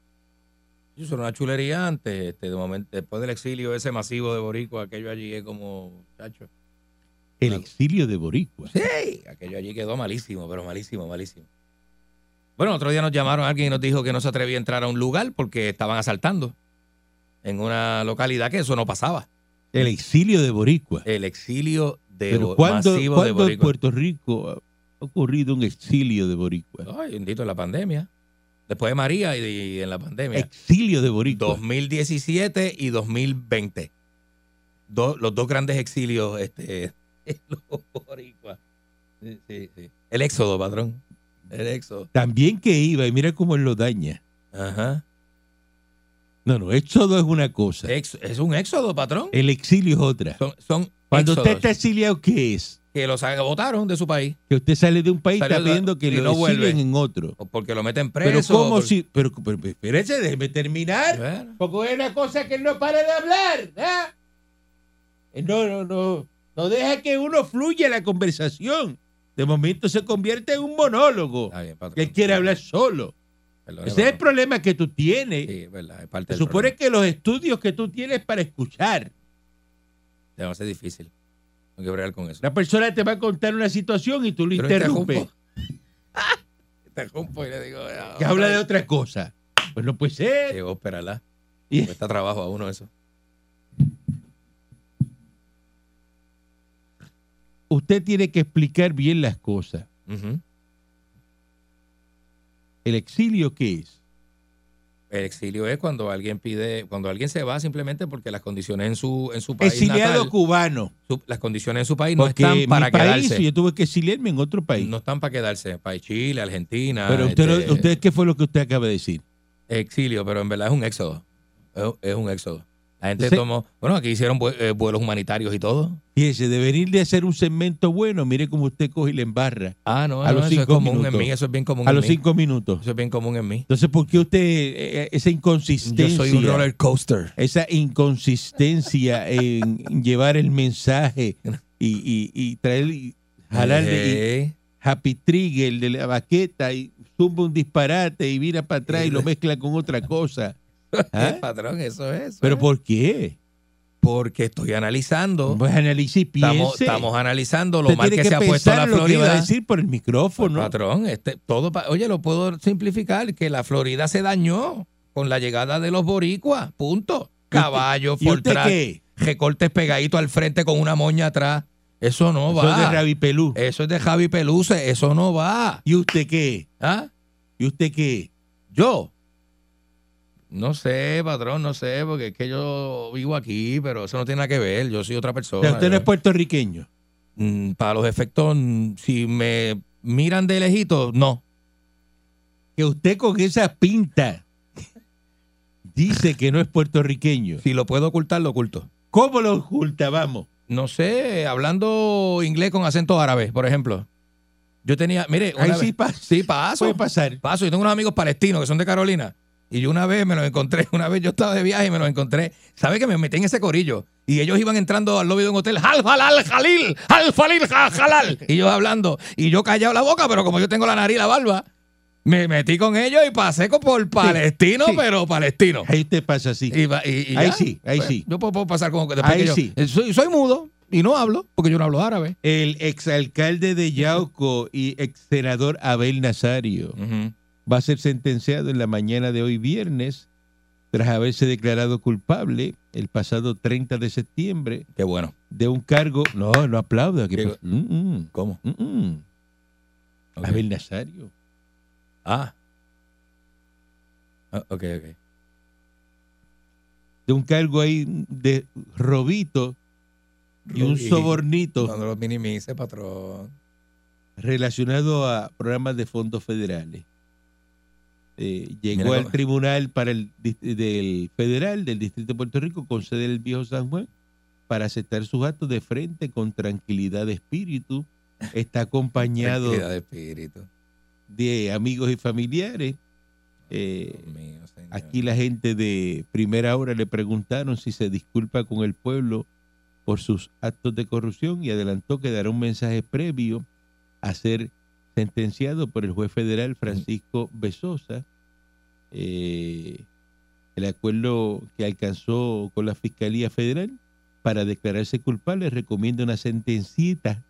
Speaker 4: Eso era una chulería antes. Este, de momento, después del exilio ese masivo de boricua, aquello allí es como, muchacho.
Speaker 3: El exilio de Boricua.
Speaker 4: Sí, aquello allí quedó malísimo, pero malísimo, malísimo. Bueno, otro día nos llamaron alguien y nos dijo que no se atrevía a entrar a un lugar porque estaban asaltando en una localidad que eso no pasaba.
Speaker 3: El exilio de Boricua.
Speaker 4: El exilio de
Speaker 3: Pero
Speaker 4: bo-
Speaker 3: ¿cuándo,
Speaker 4: masivo de
Speaker 3: cuándo en
Speaker 4: boricua.
Speaker 3: Puerto Rico ha ocurrido un exilio de boricua?
Speaker 4: Ay, bendito, en la pandemia. Después de María y, y en la pandemia.
Speaker 3: Exilio de boricua.
Speaker 4: 2017 y 2020. Do- los dos grandes exilios, este, los boricuas. Sí, sí, sí. El éxodo, patrón. El éxodo.
Speaker 3: También que iba, y mira cómo él lo daña.
Speaker 4: Ajá.
Speaker 3: No, no, éxodo es una cosa.
Speaker 4: Ex- es un éxodo, patrón.
Speaker 3: El exilio es otra.
Speaker 4: Son, son
Speaker 3: Cuando usted
Speaker 4: éxodos
Speaker 3: está exiliado, ¿qué es?
Speaker 4: que los votaron de su país
Speaker 3: Que usted sale de un país
Speaker 4: Salió
Speaker 3: está
Speaker 4: de-
Speaker 3: pidiendo que
Speaker 4: y
Speaker 3: lo
Speaker 4: no vuelve.
Speaker 3: exilien en otro.
Speaker 4: o porque lo meten preso.
Speaker 3: Pero
Speaker 4: o
Speaker 3: cómo
Speaker 4: por-
Speaker 3: si... Pero, pero, pero espérese, déjeme terminar.
Speaker 4: Bueno,
Speaker 3: Porque es una cosa que él no para de hablar. ¿ah? Él No, no, no. No deja que uno fluya la conversación. De momento se convierte en un monólogo.
Speaker 4: está bien, patrón.
Speaker 3: Que él quiere hablar solo.
Speaker 4: Perdone,
Speaker 3: Ese es el
Speaker 4: patrón.
Speaker 3: problema que tú tienes.
Speaker 4: Sí, es verdad, es parte
Speaker 3: Se
Speaker 4: del
Speaker 3: supone
Speaker 4: problema.
Speaker 3: que los estudios que tú tienes para escuchar.
Speaker 4: Te va a ser difícil. Tengo que bregar con eso.
Speaker 3: La persona te va a contar una situación y tú lo
Speaker 4: Yo lo
Speaker 3: interrumpes.
Speaker 4: Interrumpo y le digo... "Ah,
Speaker 3: Que habla de otra cosa. Pues no puede ser.
Speaker 4: Llegó, espérala.
Speaker 3: Y-
Speaker 4: Pues Cuesta trabajo a uno eso.
Speaker 3: Usted tiene que explicar bien las cosas.
Speaker 4: Ujú.
Speaker 3: ¿El exilio qué es?
Speaker 4: El exilio es cuando alguien pide, cuando alguien se va simplemente porque las condiciones en su, en su país
Speaker 3: Exiliado
Speaker 4: natal,
Speaker 3: cubano.
Speaker 4: su- las condiciones en su país no
Speaker 3: Porque
Speaker 4: están para
Speaker 3: mi país,
Speaker 4: quedarse.
Speaker 3: yo tuve que exiliarme en otro país.
Speaker 4: No están para quedarse. País Chile, Argentina.
Speaker 3: Pero usted, no-
Speaker 4: este,
Speaker 3: usted, ¿qué fue lo que usted acaba de decir?
Speaker 4: Exilio, pero en verdad es un éxodo. Es, es un éxodo. La gente
Speaker 3: Sí.
Speaker 4: tomó. Bueno, aquí hicieron vue- eh, vuelos humanitarios y todo.
Speaker 3: Fíjese, de venir de hacer un segmento bueno, mire cómo usted coge y le embarra
Speaker 4: Ah, no,
Speaker 3: A
Speaker 4: no,
Speaker 3: los
Speaker 4: eso es
Speaker 3: cinco
Speaker 4: común en
Speaker 3: minutos.
Speaker 4: mí. Eso es bien común
Speaker 3: a
Speaker 4: en
Speaker 3: los
Speaker 4: mí.
Speaker 3: cinco minutos.
Speaker 4: Eso es bien común en mí.
Speaker 3: Entonces, ¿por qué usted, eh, esa inconsistencia,
Speaker 4: Yo soy un roller coaster.
Speaker 3: esa inconsistencia en llevar el mensaje y, y- y traer, y jalar de- y
Speaker 4: Eh,
Speaker 3: Happy Trigger de la baqueta y zumba un disparate y vira para atrás y lo mezcla con otra cosa? ¿Ah?
Speaker 4: Patrón, eso es.
Speaker 3: ¿Pero
Speaker 4: Pero
Speaker 3: por qué?
Speaker 4: porque estoy analizando.
Speaker 3: Pues analice y piense.
Speaker 4: Estamos, estamos analizando lo
Speaker 3: Usted
Speaker 4: mal
Speaker 3: tiene
Speaker 4: que, se ha puesto
Speaker 3: pensar
Speaker 4: la
Speaker 3: en lo que iba a
Speaker 4: Florida.
Speaker 3: decir por el
Speaker 4: Pues,
Speaker 3: micrófono.
Speaker 4: Patrón, este, todo pa- oye, lo puedo simplificar, que la Florida se dañó con la llegada de los boricuas, punto. Caballo,
Speaker 3: ¿Y usted
Speaker 4: Fortran,
Speaker 3: qué?
Speaker 4: recortes pegaditos al frente con una moña atrás. Eso no
Speaker 3: Eso es de
Speaker 4: va.
Speaker 3: Ravi Pelú.
Speaker 4: Eso es de Javi Peluce, eso no va.
Speaker 3: ¿Y usted qué?
Speaker 4: ¿Ah?
Speaker 3: ¿Y usted qué?
Speaker 4: ¿Yo? No sé, patrón, no sé, porque es que yo vivo aquí, pero eso no tiene nada que ver. Yo soy otra
Speaker 3: O
Speaker 4: persona.
Speaker 3: sea, usted no
Speaker 4: yo-
Speaker 3: es puertorriqueño.
Speaker 4: Mm, para los efectos, mm, si me miran de lejito, no.
Speaker 3: Que usted con esa pinta dice que no es puertorriqueño.
Speaker 4: Si lo puedo ocultar, lo oculto.
Speaker 3: ¿Cómo lo oculta? Vamos.
Speaker 4: no sé, hablando inglés con acento árabe, por ejemplo. Yo tenía, mire, una
Speaker 3: Ahí
Speaker 4: vez-
Speaker 3: sí pasa.
Speaker 4: sí, paso,
Speaker 3: Puede pasar.
Speaker 4: paso. Yo tengo unos amigos palestinos que son de Carolina y yo una vez me los encontré, una vez yo estaba de viaje y me los encontré. ¿Sabe que me metí en ese corillo? Y ellos iban entrando al lobby de un hotel, al halal, jalil, al falil, ja- jalal. Y yo hablando, y yo callado la boca, pero como yo tengo la nariz y la barba, me metí con ellos y pasé co- por palestino,
Speaker 3: sí.
Speaker 4: pero palestino.
Speaker 3: Ahí usted pasa así.
Speaker 4: Y va- y- y
Speaker 3: Ahí
Speaker 4: ya.
Speaker 3: sí, ahí
Speaker 4: Pues,
Speaker 3: sí.
Speaker 4: Yo puedo, puedo pasar como después
Speaker 3: Ahí
Speaker 4: que yo-
Speaker 3: sí.
Speaker 4: eh, soy, soy mudo y no hablo porque yo no hablo árabe.
Speaker 3: El exalcalde de Yauco y ex senador Abel Nazario va a ser sentenciado en la mañana de hoy viernes tras haberse declarado culpable el pasado 30 de septiembre
Speaker 4: Qué bueno.
Speaker 3: de un cargo... No, no aplauda. que
Speaker 4: Qué-
Speaker 3: pas- Mm, mm,
Speaker 4: pues, ¿Cómo?
Speaker 3: mm, mm.
Speaker 4: Ok.
Speaker 3: Abel Nazario.
Speaker 4: Ah. Ah, Ok, ok.
Speaker 3: De un cargo ahí de robito y un
Speaker 4: Robito.
Speaker 3: sobornito
Speaker 4: Cuando lo minimice, patrón.
Speaker 3: relacionado a programas de fondos federales. Eh, llegó
Speaker 4: Mira
Speaker 3: al
Speaker 4: cómo-
Speaker 3: tribunal para el dis- del federal del Distrito de Puerto Rico con sede del Viejo San Juan para aceptar sus actos de frente con tranquilidad de espíritu. Está acompañado
Speaker 4: Tranquilidad de espíritu.
Speaker 3: de amigos y familiares. Eh,
Speaker 4: Dios mío, señor.
Speaker 3: Aquí la gente de primera hora le preguntaron si se disculpa con el pueblo por sus actos de corrupción y adelantó que dará un mensaje previo a ser sentenciado por el juez
Speaker 4: Mm.
Speaker 3: federal Francisco Besosa. Eh, el acuerdo que alcanzó con la Fiscalía Federal para declararse culpable recomienda una sentencita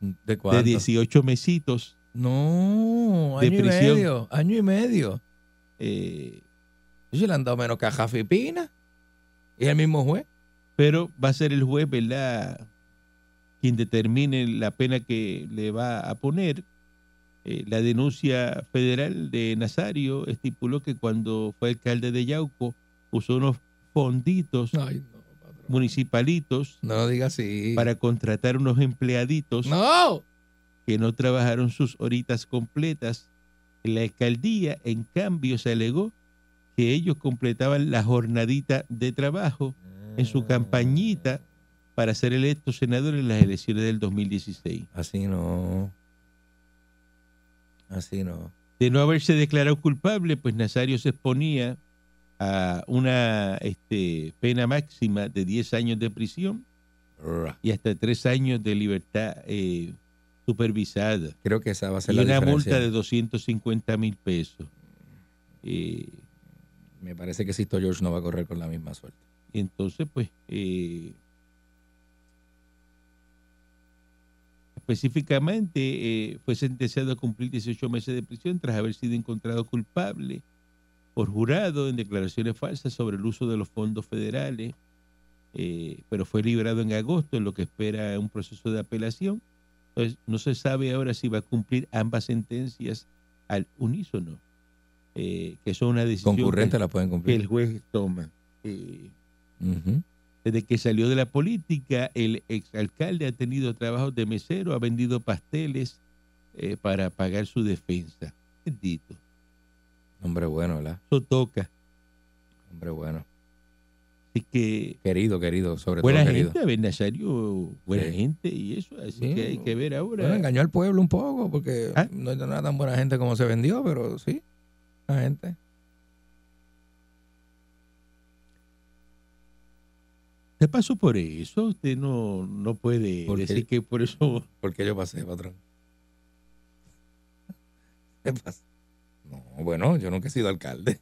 Speaker 4: ¿De cuánto?
Speaker 3: de 18 mesitos
Speaker 4: No,
Speaker 3: de
Speaker 4: año y
Speaker 3: prisión.
Speaker 4: medio. Año y medio.
Speaker 3: eh,
Speaker 4: Yo le han dado menos que a Jafi Pina. Y el mismo juez.
Speaker 3: pero va a ser el juez, ¿verdad? Quien determine la pena que le va a poner. Eh, la denuncia federal de Nazario estipuló que cuando fue alcalde de Yauco usó unos fonditos
Speaker 4: Ay, no, patrón.
Speaker 3: municipalitos
Speaker 4: No lo diga así.
Speaker 3: para contratar unos empleaditos
Speaker 4: No.
Speaker 3: que no trabajaron sus horitas completas En la alcaldía, en cambio, se alegó que ellos completaban la jornadita de trabajo en su campañita para ser electos senadores en las elecciones del 2016.
Speaker 4: Así no. Así no.
Speaker 3: De no haberse declarado culpable, pues Nazario se exponía a una este, pena máxima de 10 años de prisión y hasta 3 años de libertad eh, supervisada.
Speaker 4: Creo que esa va a ser
Speaker 3: y
Speaker 4: la
Speaker 3: una
Speaker 4: diferencia.
Speaker 3: multa de 250 mil pesos. Eh,
Speaker 4: Me parece que Sisto George no va a correr con la misma suerte.
Speaker 3: y entonces, pues, eh, específicamente eh, fue sentenciado a cumplir 18 meses de prisión tras haber sido encontrado culpable por jurado en declaraciones falsas sobre el uso de los fondos federales, eh, pero fue liberado en agosto, en lo que espera un proceso de apelación. Entonces, no se sabe ahora si va a cumplir ambas sentencias al unísono, eh, que son una decisión
Speaker 4: Concurrente
Speaker 3: que-
Speaker 4: la pueden
Speaker 3: que
Speaker 4: cumplir.
Speaker 3: el juez toma. Eh,
Speaker 4: Ujú.
Speaker 3: desde que salió de la política, el exalcalde ha tenido trabajos de mesero, ha vendido pasteles eh, para pagar su defensa. Bendito.
Speaker 4: Hombre bueno, ¿verdad?
Speaker 3: Eso toca.
Speaker 4: Hombre bueno.
Speaker 3: Así que
Speaker 4: Querido, querido, sobre
Speaker 3: buena
Speaker 4: todo
Speaker 3: gente,
Speaker 4: querido.
Speaker 3: Abel Nazario, buena
Speaker 4: Sí.
Speaker 3: gente y eso. Así
Speaker 4: Sí,
Speaker 3: que hay que ver ahora.
Speaker 4: Bueno, engañó al pueblo un poco porque
Speaker 3: ¿Ah?
Speaker 4: no era nada tan buena gente como se vendió, pero sí, la gente.
Speaker 3: Usted pasó por eso. Usted no, no puede
Speaker 4: ¿Por qué?
Speaker 3: decir que por eso.
Speaker 4: Porque yo pasé, patrón. ¿Qué pasa? No, bueno, yo nunca he sido alcalde.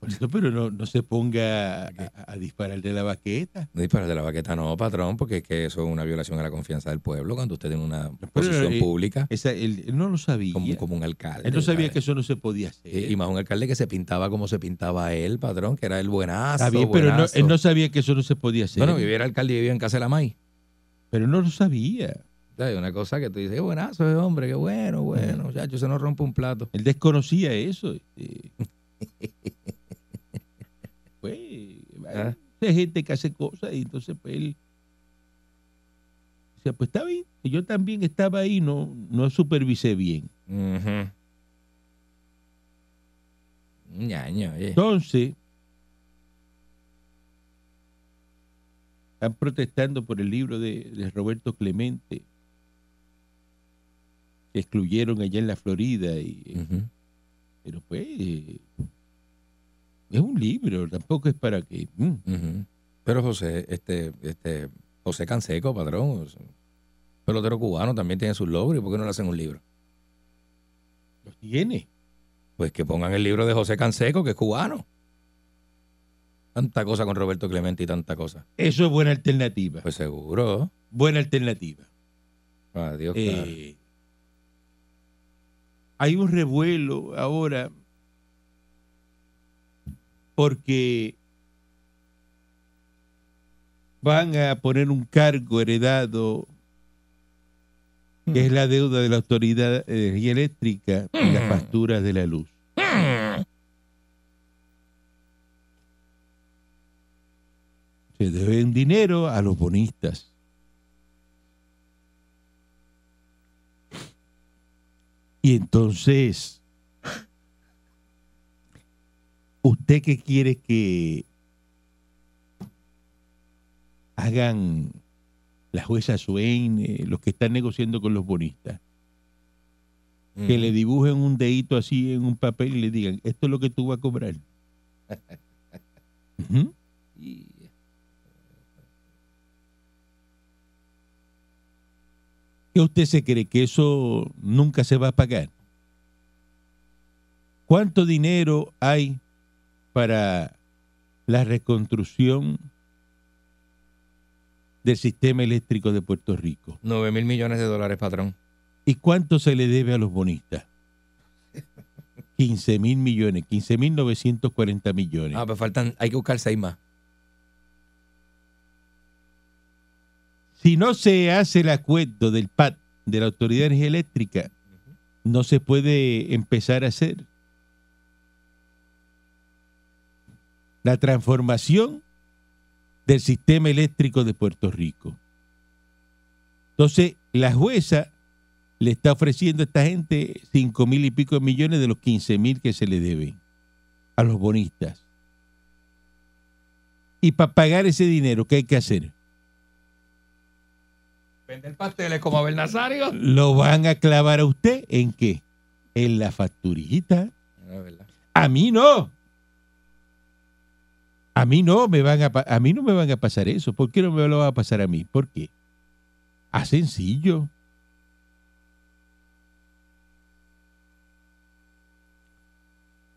Speaker 3: por eso, pero no, no se ponga a, a disparar de la baqueta.
Speaker 4: No disparar de la baqueta, no, patrón, porque es que eso es una violación a la confianza del pueblo cuando usted tiene una posición
Speaker 3: eh,
Speaker 4: pública
Speaker 3: Esa- él, él no lo sabía.
Speaker 4: como, como un alcalde.
Speaker 3: él no sabía
Speaker 4: ¿sabes?
Speaker 3: que eso no se podía hacer.
Speaker 4: Eh, Y y más un alcalde que se pintaba como se pintaba él, patrón, que era el buenazo.
Speaker 3: Está bien, pero no-
Speaker 4: buenazo.
Speaker 3: él no sabía que eso no se podía hacer.
Speaker 4: No, no, vivía el alcalde y vivía en casa de la May.
Speaker 3: Pero no lo sabía.
Speaker 4: Hay una cosa que tú dices, qué buenazo ese hombre, qué bueno, bueno, muchacho, se nos rompe un plato.
Speaker 3: Él desconocía eso. eh. pues,
Speaker 4: Ah.
Speaker 3: hay gente que hace cosas y entonces pues él... O sea, pues está bien. Yo también estaba ahí, no, no supervisé bien.
Speaker 4: Mm. Ujú. Un ñaño, oye.
Speaker 3: Entonces, están protestando por el libro de, de Roberto Clemente, que excluyeron allá en la Florida. Y,
Speaker 4: Ujú.
Speaker 3: Pero pues, eh, es un libro, tampoco es para que... mm.
Speaker 4: Ujú. Pero José, este, este, José Canseco, patrón, es un pelotero cubano también tiene sus logros, ¿y por qué no le hacen un libro?
Speaker 3: Los tiene.
Speaker 4: Pues que pongan el libro de José Canseco, que es cubano. Tanta cosa con Roberto Clemente y tanta cosa.
Speaker 3: Eso es buena alternativa.
Speaker 4: Pues seguro.
Speaker 3: Buena alternativa.
Speaker 4: Adiós, claro.
Speaker 3: Eh, hay un revuelo ahora porque van a poner un cargo heredado que es la deuda de la Autoridad de Energía Eléctrica y las facturas de la luz. Se deben dinero a los bonistas. Y entonces, ¿usted qué quiere que hagan la jueza Swain, eh, los que están negociando con los bonistas? Que le dibujen un dedito así en un papel y le digan, esto es lo que tú vas a cobrar. Ujú.
Speaker 4: Y-
Speaker 3: ¿Qué usted se cree que eso nunca se va a pagar? ¿Cuánto dinero hay para la reconstrucción del sistema eléctrico de Puerto Rico?
Speaker 4: 9 mil millones de dólares, patrón.
Speaker 3: ¿Y cuánto se le debe a los bonistas? 15 mil millones, 15 mil 940 millones.
Speaker 4: Ah, pues faltan, hay que buscar seis más.
Speaker 3: Si no se hace el acuerdo del PAT, de la Autoridad de Energía Eléctrica, no se puede empezar a hacer la transformación del sistema eléctrico de Puerto Rico. Entonces, la jueza le está ofreciendo a esta gente cinco mil y pico de millones de los 15 mil que se le deben a los bonistas. Y para pagar ese dinero, ¿qué hay que hacer?
Speaker 4: Vender pasteles como Abel Nazario.
Speaker 3: Lo van a clavar a usted en qué? En la facturita.
Speaker 4: Ah,
Speaker 3: A mí no. A mí no me van a, pa- a mí no me van a pasar eso. ¿Por qué no me lo van a pasar a mí? ¿Por qué? A sencillo.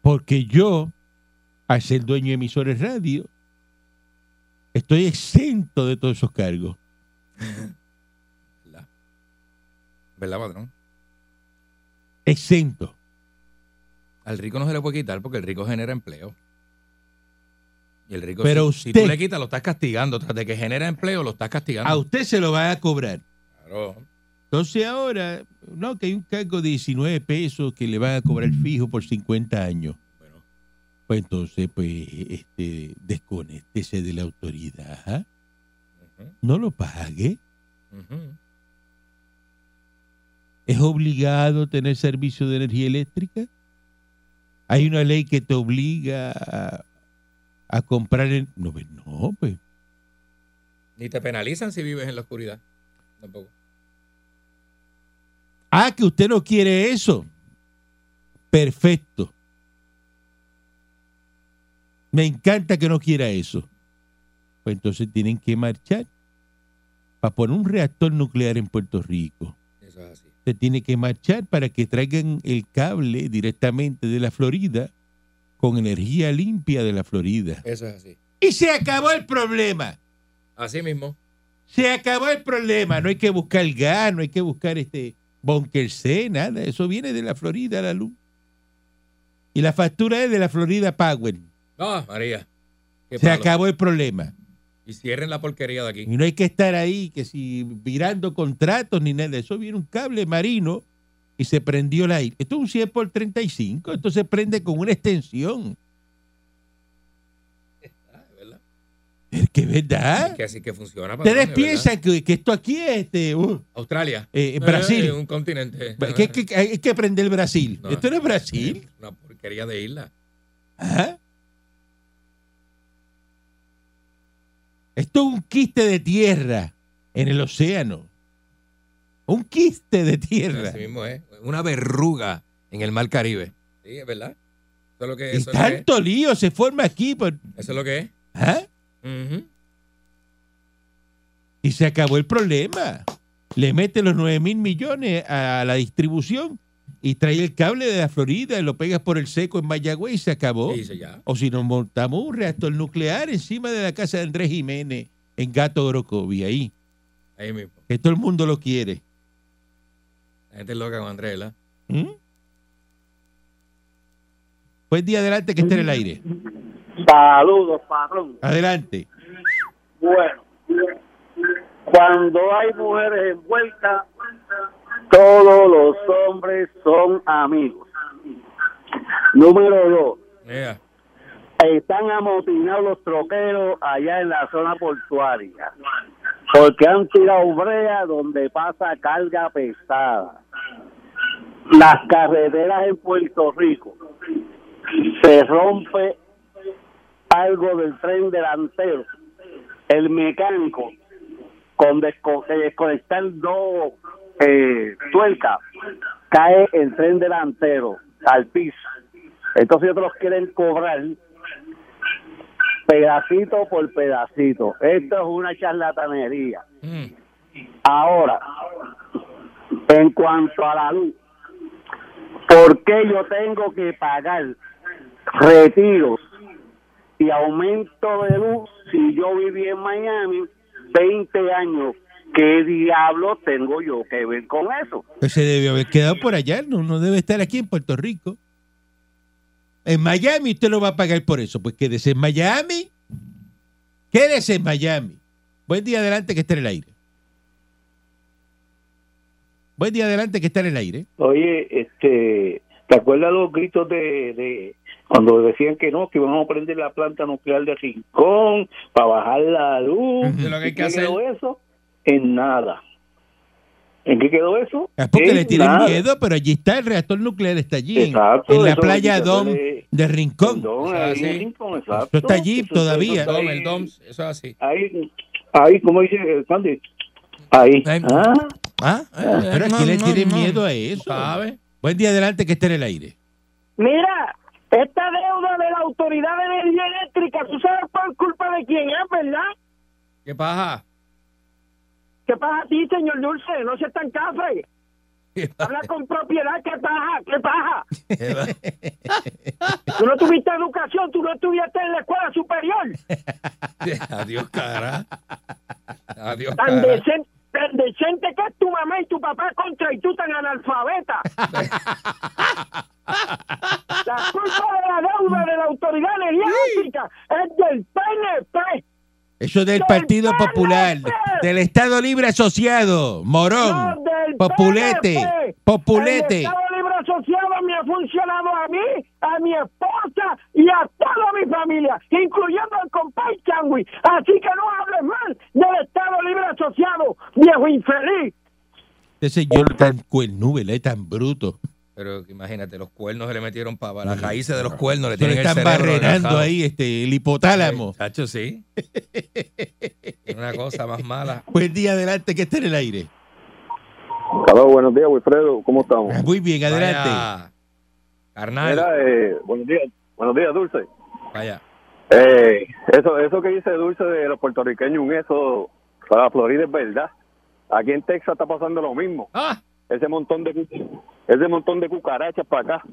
Speaker 3: Porque yo, al ser dueño de emisores radio, estoy exento de todos esos cargos.
Speaker 4: ¿Verdad, patrón?
Speaker 3: Exento.
Speaker 4: Al rico no se le puede quitar porque el rico genera empleo. Y el rico,
Speaker 3: Pero
Speaker 4: si, si tú
Speaker 3: usted-
Speaker 4: le quitas, lo estás castigando. Tras de que genera empleo, lo estás castigando.
Speaker 3: A usted se lo va a cobrar.
Speaker 4: Claro.
Speaker 3: Entonces ahora, no, que hay un cargo de 19 pesos que le van a cobrar fijo por 50 años. Pues entonces, pues, este, desconéctese de la autoridad. No lo pague.
Speaker 4: Ujú.
Speaker 3: ¿Es obligado tener servicio de energía eléctrica? ¿Hay una ley que te obliga a, a comprar? en- No, pues, no, pues.
Speaker 4: Ni te penalizan si vives en la oscuridad. Tampoco.
Speaker 3: Ah, que usted no quiere eso. Perfecto. Me encanta que no quiera eso. Pues entonces tienen que marchar. Para poner un reactor nuclear en Puerto Rico,
Speaker 4: Eso es así.
Speaker 3: usted tiene que marchar para que traigan el cable directamente de la Florida con energía limpia de la Florida.
Speaker 4: Eso es así.
Speaker 3: Y se acabó el problema.
Speaker 4: Así mismo.
Speaker 3: Se acabó el problema. No hay que buscar gas, no hay que buscar este bunker C, nada. Eso viene de la Florida, la luz. Y la factura es de la Florida Power.
Speaker 4: No, María. qué
Speaker 3: Se
Speaker 4: palo.
Speaker 3: acabó el problema.
Speaker 4: Y cierren la porquería de aquí.
Speaker 3: Y no hay que estar ahí, que si virando contratos ni nada. Eso viene un cable marino y se prendió la aire. Esto es un 100 por 35. Esto se prende con una extensión. Es que es verdad.
Speaker 4: Que así que funciona. patrón,
Speaker 3: Ustedes
Speaker 4: de verdad.
Speaker 3: piensan que, que esto aquí es este, uh,
Speaker 4: Australia.
Speaker 3: eh, Brasil.
Speaker 4: Eh, un continente.
Speaker 3: Que, que- que hay que aprender Brasil.
Speaker 4: No.
Speaker 3: Esto no es Brasil.
Speaker 4: Una porquería de isla.
Speaker 3: Ajá. Esto es un quiste de tierra en el océano. Un quiste de tierra.
Speaker 4: Así mismo es. Una verruga en el mar Caribe. Sí, es verdad. Eso es lo que,
Speaker 3: Y
Speaker 4: eso es lo que-
Speaker 3: tanto lío se forma aquí. por-
Speaker 4: eso es. Lo que es.
Speaker 3: ¿Ah?
Speaker 4: Ujú.
Speaker 3: Y se acabó el problema. Le mete los 9 mil millones a la distribución y trae el cable de la Florida y lo pegas por el seco en Mayagüez y se acabó.
Speaker 4: Sí, sí, ya.
Speaker 3: O si nos montamos un reactor nuclear encima de la casa de Andrés Jiménez en Gato Orocovi, ahí.
Speaker 4: Ahí mismo.
Speaker 3: Que todo el mundo lo quiere.
Speaker 4: La gente es loca con Andrés, ¿verdad?
Speaker 3: ¿Mm? Pues día adelante que esté en el aire.
Speaker 6: Saludos, patrón.
Speaker 3: Adelante.
Speaker 6: Bueno, cuando hay mujeres envueltas, todos los hombres son amigos. Número dos,
Speaker 4: Yeah.
Speaker 6: están amotinados los troqueros allá en la zona portuaria, porque han tirado brea donde pasa carga pesada. Las carreteras en Puerto Rico se rompe algo del tren delantero, el mecánico, con desco- eh, desconectar dos eh, tuercas, cae el tren delantero al piso. Entonces otros quieren cobrar pedacito por pedacito. Esto es una charlatanería. Ahora, en cuanto a la luz, ¿por qué yo tengo que pagar retiros y aumento de luz si yo viví en Miami 20 años? ¿Qué diablo tengo yo que ver con eso?
Speaker 3: Pues se debió haber quedado por allá, no, no debe estar aquí en Puerto Rico. En Miami usted no va a pagar por eso. Pues quédese en Miami. Quédese en Miami. Buen día adelante que esté en el aire. Buen día adelante que esté en el aire.
Speaker 13: Oye, este, ¿te acuerdas los gritos de, de cuando decían que no, que íbamos a prender la planta nuclear de Rincón para bajar la luz?
Speaker 4: De lo que hay que
Speaker 13: ¿Y qué
Speaker 4: hacer.
Speaker 13: quedó eso? En nada.
Speaker 14: ¿En qué quedó eso?
Speaker 3: Es Ah, porque
Speaker 14: En
Speaker 3: le tienen
Speaker 14: nada.
Speaker 3: miedo, pero allí está el reactor nuclear, está allí. en-
Speaker 14: Exacto,
Speaker 3: en la
Speaker 14: eso
Speaker 3: playa
Speaker 14: es-
Speaker 3: Dom
Speaker 14: de-
Speaker 3: de Rincón.
Speaker 14: Dom,
Speaker 3: Ah,
Speaker 14: ahí
Speaker 3: sí.
Speaker 14: en Rincón, exacto.
Speaker 3: Eso está allí
Speaker 14: Eso-
Speaker 3: todavía.
Speaker 14: eso-
Speaker 4: el DOMS, eso es así.
Speaker 14: Ahí, ahí, como dice el Sandy, ahí. Ah,
Speaker 3: Ah, ah, pero aquí le tienen miedo a eso. Buen día adelante que esté en el aire.
Speaker 15: Mira, esta deuda de la Autoridad de Energía Eléctrica, tú sabes por culpa de quién es, ¿verdad?
Speaker 4: ¿Qué pasa?
Speaker 15: ¿Qué pasa a ti, señor Dulce? No seas tan cafre. Habla con propiedad, ¿qué pasa? ¿Qué pasa? Tú no tuviste educación, tú no estuviste en la escuela superior.
Speaker 4: Adiós, cara. Adiós,
Speaker 15: Tan
Speaker 4: cara.
Speaker 15: decente, tan decente que es tu mamá y tu papá contra y tú tan analfabeta. La culpa de la deuda de la Autoridad de Energía Eléctrica es del PNP.
Speaker 3: Eso del Partido Popular, del Estado Libre Asociado, morón,
Speaker 15: del
Speaker 3: populete,
Speaker 15: PNP. El
Speaker 3: populete.
Speaker 15: Estado Libre Asociado me ha funcionado a mí, a mi esposa y a toda mi familia, incluyendo al compay Changui. Así que no hables mal del Estado Libre Asociado, viejo infeliz.
Speaker 3: Este señor tan cuernúbel, tan bruto.
Speaker 4: Pero imagínate, los cuernos se le metieron para las raíces de los cuernos, le
Speaker 3: Se le
Speaker 4: tienen el
Speaker 3: están
Speaker 4: cerebro
Speaker 3: barrenando
Speaker 4: adelantado.
Speaker 3: ahí este, el hipotálamo.
Speaker 4: Chacho, sí. Es una cosa más mala.
Speaker 3: Buen día adelante que esté en el aire.
Speaker 5: Hola, buenos días, Wilfredo. ¿Cómo estamos?
Speaker 3: Muy bien, adelante.
Speaker 4: Vaya, carnal.
Speaker 5: Mira, eh, buenos días, buenos días, Dulce.
Speaker 4: Vaya.
Speaker 5: Eh, eso, eso que dice Dulce de los puertorriqueños, un eso para la Florida es verdad. Aquí en Texas está pasando lo mismo.
Speaker 4: Ah.
Speaker 5: Ese montón de cu- ese montón de cucarachas para acá.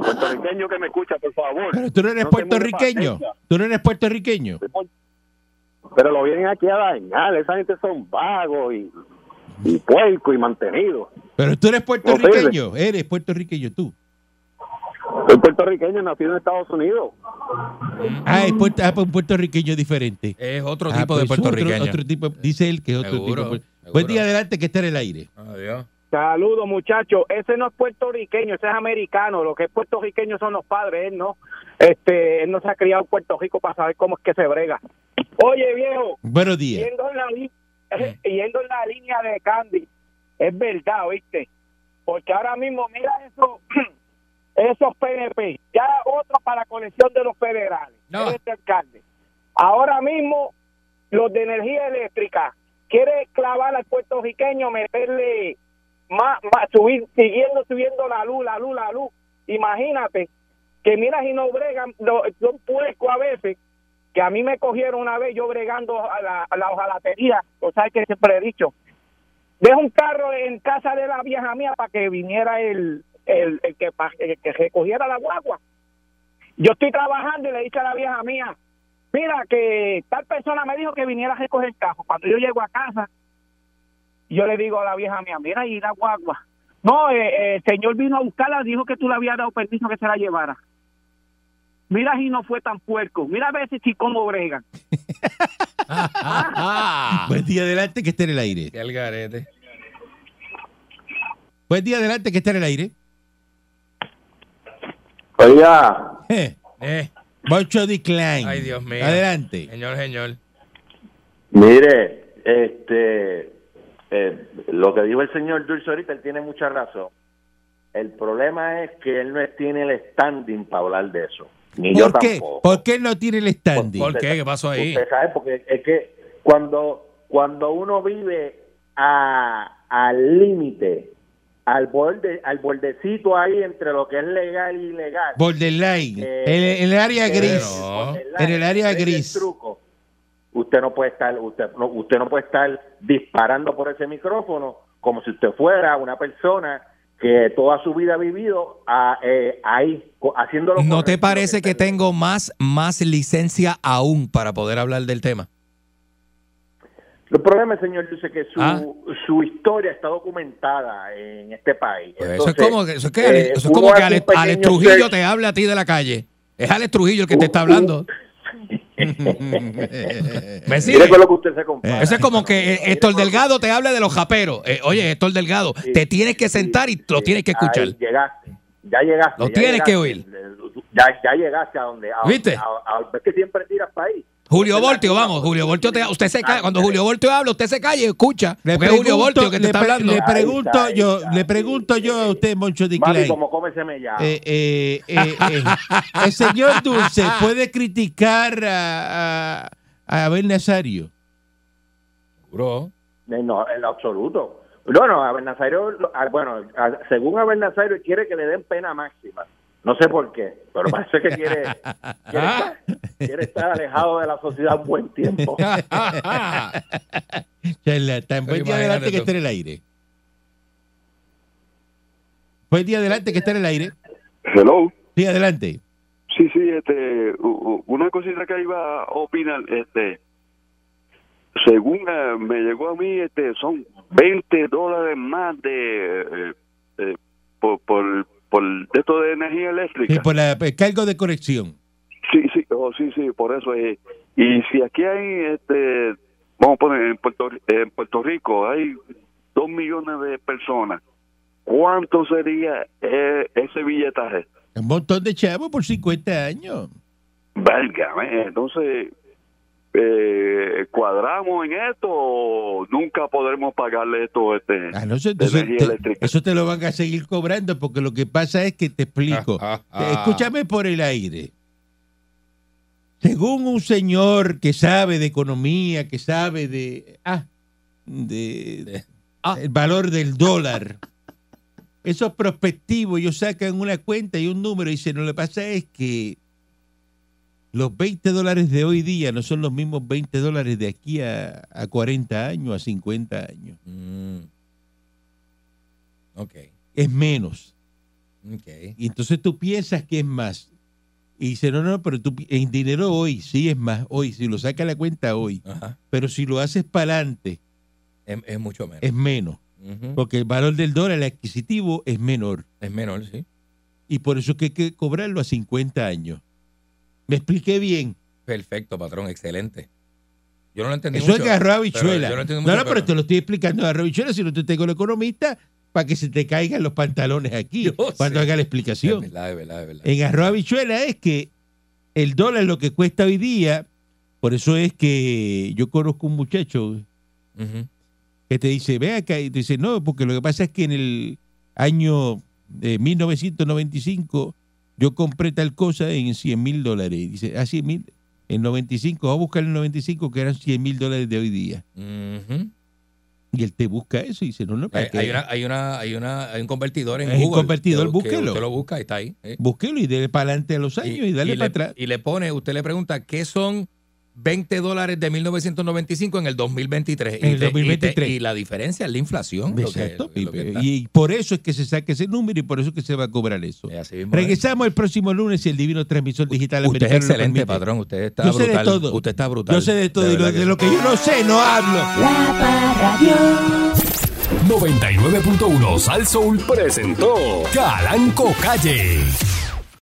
Speaker 5: Puertorriqueño que me escucha, por favor.
Speaker 3: Pero tú no eres
Speaker 5: No te muevas para
Speaker 3: puertorriqueño.
Speaker 5: Texas.
Speaker 3: Tú no eres puertorriqueño.
Speaker 5: Pero lo vienen aquí a dañar. Esa gente son vagos y, y puercos y mantenidos.
Speaker 3: Pero tú eres puertorriqueño. Eres puertorriqueño tú.
Speaker 5: Soy puertorriqueño, nacido en Estados Unidos.
Speaker 3: Ah, es puerto- ah, pues un puertorriqueño diferente.
Speaker 4: Es otro
Speaker 3: Ah,
Speaker 4: tipo
Speaker 3: pues
Speaker 4: de
Speaker 3: es otro-
Speaker 4: puertorriqueño.
Speaker 3: Otro, tipo, dice él que es otro
Speaker 4: Seguro,
Speaker 3: tipo. de puer-
Speaker 4: seguro.
Speaker 3: Buen día adelante que esté en el aire.
Speaker 4: Adiós.
Speaker 16: Saludos, muchachos. Ese no es puertorriqueño, ese es americano. Lo que es puertorriqueño son los padres, él no. Este, él no se ha criado en Puerto Rico para saber cómo es que se brega. Oye, viejo,
Speaker 3: Buenos días. Mm.
Speaker 16: yendo en la, li- yendo en la línea de Candy, es verdad, ¿viste? Porque ahora mismo, mira eso, esos PNP, ya otro para la colección de los federales,
Speaker 4: no.
Speaker 16: este alcalde. Ahora mismo, los de energía eléctrica, quiere clavar al puertorriqueño, meterle más, más, subir, siguiendo, subiendo la luz, la luz, la luz. Imagínate que miras y no bregan, no, son puerco a veces, que a mí me cogieron una vez yo bregando a la, a la hojalatería, o sabes que siempre he dicho, deja un carro en casa de la vieja mía para que viniera el, el, el que, pa- el que recogiera la guagua. Yo estoy trabajando y le dije a la vieja mía, mira que tal persona me dijo que viniera a recoger el carro. Cuando yo llego a casa, yo le digo a la vieja mía, mira y la guagua. No, eh, eh, el señor vino a buscarla, dijo que tú le habías dado permiso que se la llevara. Mira si no fue tan puerco. Mira a veces si cómo bregan.
Speaker 3: Buen día adelante que esté en el aire.
Speaker 4: Qué algarete.
Speaker 3: Buen día adelante que esté en el aire.
Speaker 5: Oiga.
Speaker 3: Eh.
Speaker 4: Eh.
Speaker 3: Bocho Decline.
Speaker 4: Ay, Dios mío.
Speaker 3: Adelante.
Speaker 4: Señor, señor.
Speaker 6: Mire, este, eh, lo que dijo el señor Dulce ahorita, él tiene mucha razón. El problema es que él no tiene el standing para hablar de eso. Ni yo
Speaker 3: ¿Por qué?
Speaker 6: tampoco.
Speaker 3: ¿Por qué no tiene el standing?
Speaker 6: ¿Por qué? ¿Qué
Speaker 4: pasó
Speaker 6: Usted sabe, porque es que cuando, cuando uno vive a- al límite, al borde, al bordecito ahí entre lo que es legal y ilegal.
Speaker 3: Borderline.
Speaker 6: Eh,
Speaker 3: en, en el área
Speaker 6: eh,
Speaker 3: gris.
Speaker 6: borderline.
Speaker 3: En el área
Speaker 6: Ese es el
Speaker 3: gris.
Speaker 6: truco. Usted no puede estar, usted no, usted no puede estar disparando por ese micrófono como si usted fuera una persona que toda su vida ha vivido a- eh, ahí, co- haciéndolo.
Speaker 4: ¿No te parece que tengo más, más licencia aún para poder hablar del tema?
Speaker 6: El problema, señor, dice que su,
Speaker 4: Ah.
Speaker 6: su historia está documentada en este país.
Speaker 4: Pues Eso es
Speaker 6: Entonces,
Speaker 4: como que, eso es que,
Speaker 6: eh,
Speaker 4: eso es
Speaker 6: uno
Speaker 4: como que
Speaker 6: hace
Speaker 4: Alex,
Speaker 6: un pequeño
Speaker 4: Alex Trujillo
Speaker 6: search.
Speaker 4: te habla a ti de la calle. Es Alex Trujillo el que te está hablando. ¿Me sigue?
Speaker 6: Mire con lo que usted se compara.
Speaker 4: Eso es como que eh, Héctor Delgado te habla de los japeros. Eh, oye, Héctor Delgado, te tienes que sentar y lo tienes que escuchar.
Speaker 6: Ahí llegaste, ya llegaste.
Speaker 4: Lo
Speaker 6: ya
Speaker 4: tienes que
Speaker 6: llegaste.
Speaker 4: oír.
Speaker 6: Ya, ya llegaste a donde. A,
Speaker 4: ¿Viste?
Speaker 6: a- a- es que siempre tiras país.
Speaker 4: Julio Voltio, vamos, Julio Voltio, te- usted se calla. Cuando Julio Voltio habla, usted se calla y escucha.
Speaker 3: Le
Speaker 4: porque es Julio
Speaker 3: pregunto-
Speaker 4: Voltio que te
Speaker 3: le
Speaker 4: está
Speaker 3: pre-
Speaker 4: hablando.
Speaker 3: Le pregunto yo, le pregunto yo a usted, Moncho
Speaker 6: Mami,
Speaker 3: Diclay.
Speaker 6: como come semilla.
Speaker 3: Eh, eh, eh, eh, el señor Dulce puede criticar a, a, a Abel Nazario.
Speaker 4: Bro.
Speaker 6: Eh, No, en lo absoluto. No, no, Abel Nazario, lo- ah, bueno, a- según Abel Nazario quiere que le den pena máxima. No sé por qué, pero parece que quiere, quiere,
Speaker 4: Ah.
Speaker 6: estar, quiere estar alejado de la sociedad un buen tiempo.
Speaker 3: Charlatán. Buen
Speaker 6: Oye,
Speaker 3: día
Speaker 6: imagínate
Speaker 3: adelante que
Speaker 6: tú.
Speaker 3: esté en el aire. Buen día adelante que esté en el aire.
Speaker 11: Hello.
Speaker 3: Sí, adelante.
Speaker 11: Sí, sí, este, u- u- una cosita que iba a opinar, este, según eh, me llegó a mí, este, son 20 dólares más de, eh, eh, por, por, por esto de energía eléctrica.
Speaker 3: Sí, por la, el cargo de corrección.
Speaker 11: Sí, sí, oh, sí, sí, por eso es. Y si aquí hay, este, vamos a poner, en Puerto, en Puerto Rico hay dos millones de personas, ¿cuánto sería eh, ese billetaje?
Speaker 3: Un montón de chavos por 50 años.
Speaker 11: Válgame, entonces, eh, ¿cuadramos en esto o nunca podremos pagarle esto? Este,
Speaker 3: Ah, no sé, entonces
Speaker 11: energía
Speaker 3: te-
Speaker 11: eléctrica?
Speaker 3: eso te lo van a seguir cobrando porque lo que pasa es que te explico.
Speaker 11: ah.
Speaker 3: Escúchame por el aire. Según un señor que sabe de economía, que sabe de, ah, de, el valor del dólar, esos prospectivos, ellos sacan una cuenta y un número y dicen, no, lo que pasa es que los 20 dólares de hoy día no son los mismos 20 dólares de aquí a, a 40 años, a 50 años.
Speaker 4: Mm. Ok,
Speaker 3: Es menos.
Speaker 4: ok.
Speaker 3: Y entonces tú piensas que es más. Y dice, no, no, pero tú, pi- en dinero hoy sí es más, hoy, si lo sacas a la cuenta hoy.
Speaker 4: Ajá.
Speaker 3: Pero si lo haces para adelante,
Speaker 4: Es, es mucho menos.
Speaker 3: es menos.
Speaker 4: Ujú.
Speaker 3: Porque el valor del dólar, el adquisitivo, es menor.
Speaker 4: Es menor, sí.
Speaker 3: Y por eso que hay que cobrarlo a 50 años. ¿Me expliqué bien?
Speaker 4: Perfecto, patrón, excelente. Yo no lo entendí
Speaker 3: Eso
Speaker 4: mucho.
Speaker 3: agarró a
Speaker 4: pero
Speaker 3: bichuela.
Speaker 4: yo lo entendí
Speaker 3: No,
Speaker 4: mucho,
Speaker 3: no, pero
Speaker 4: pero-
Speaker 3: te lo estoy explicando a bichuela, si no te tengo el economista, para que se te caigan los pantalones aquí cuando haga la explicación.
Speaker 4: Es verdad, es verdad, es verdad.
Speaker 3: En arroz habichuela es que el dólar lo que cuesta hoy día, por eso es que yo conozco un muchacho Eh,
Speaker 4: Ujú.
Speaker 3: que te dice, ve acá, y te dice, no, porque lo que pasa es que en el año eh, 1995 yo compré tal cosa en 100 mil dólares. Y dice, ah, 100 mil, en 95, va a buscar en 95 que eran 100 mil dólares de hoy día.
Speaker 4: Ujú.
Speaker 3: Y él te busca eso y dice, no, no, para
Speaker 4: Hay,
Speaker 3: que-
Speaker 4: hay una, hay, una, hay, una, hay un convertidor en
Speaker 3: Hay un
Speaker 4: Google.
Speaker 3: convertidor,
Speaker 4: que- que
Speaker 3: búsquelo.
Speaker 4: Usted lo busca y está ahí. ¿eh?
Speaker 3: búsquelo y dele para adelante a los años y, dale
Speaker 4: le,
Speaker 3: para atrás.
Speaker 4: y le pone, usted le pregunta, ¿qué son 20 dólares de 1995 en el 2023?
Speaker 3: En el
Speaker 4: te- te-
Speaker 3: 2023.
Speaker 4: Y, la diferencia es la inflación. lo que-
Speaker 3: Exacto,
Speaker 4: lo que
Speaker 3: Pipe.
Speaker 4: está.
Speaker 3: y por eso es que se saca ese número y por eso es que se va a cobrar eso.
Speaker 4: es. ¿eh?
Speaker 3: Regresamos el próximo lunes y el Divino Transmisor Digital
Speaker 4: Usted es
Speaker 3: Americano lo
Speaker 4: excelente,
Speaker 3: permite.
Speaker 4: patrón. Usted está
Speaker 3: Yo sé de
Speaker 4: brutal.
Speaker 3: todo.
Speaker 4: Usted está brutal.
Speaker 3: Yo sé de todo y lo-
Speaker 4: verdad
Speaker 3: de
Speaker 4: que
Speaker 3: lo
Speaker 4: sí.
Speaker 3: que yo no sé no hablo.
Speaker 2: La Parra Dios.
Speaker 1: 99.1 Sal Soul presentó Calanco Calle.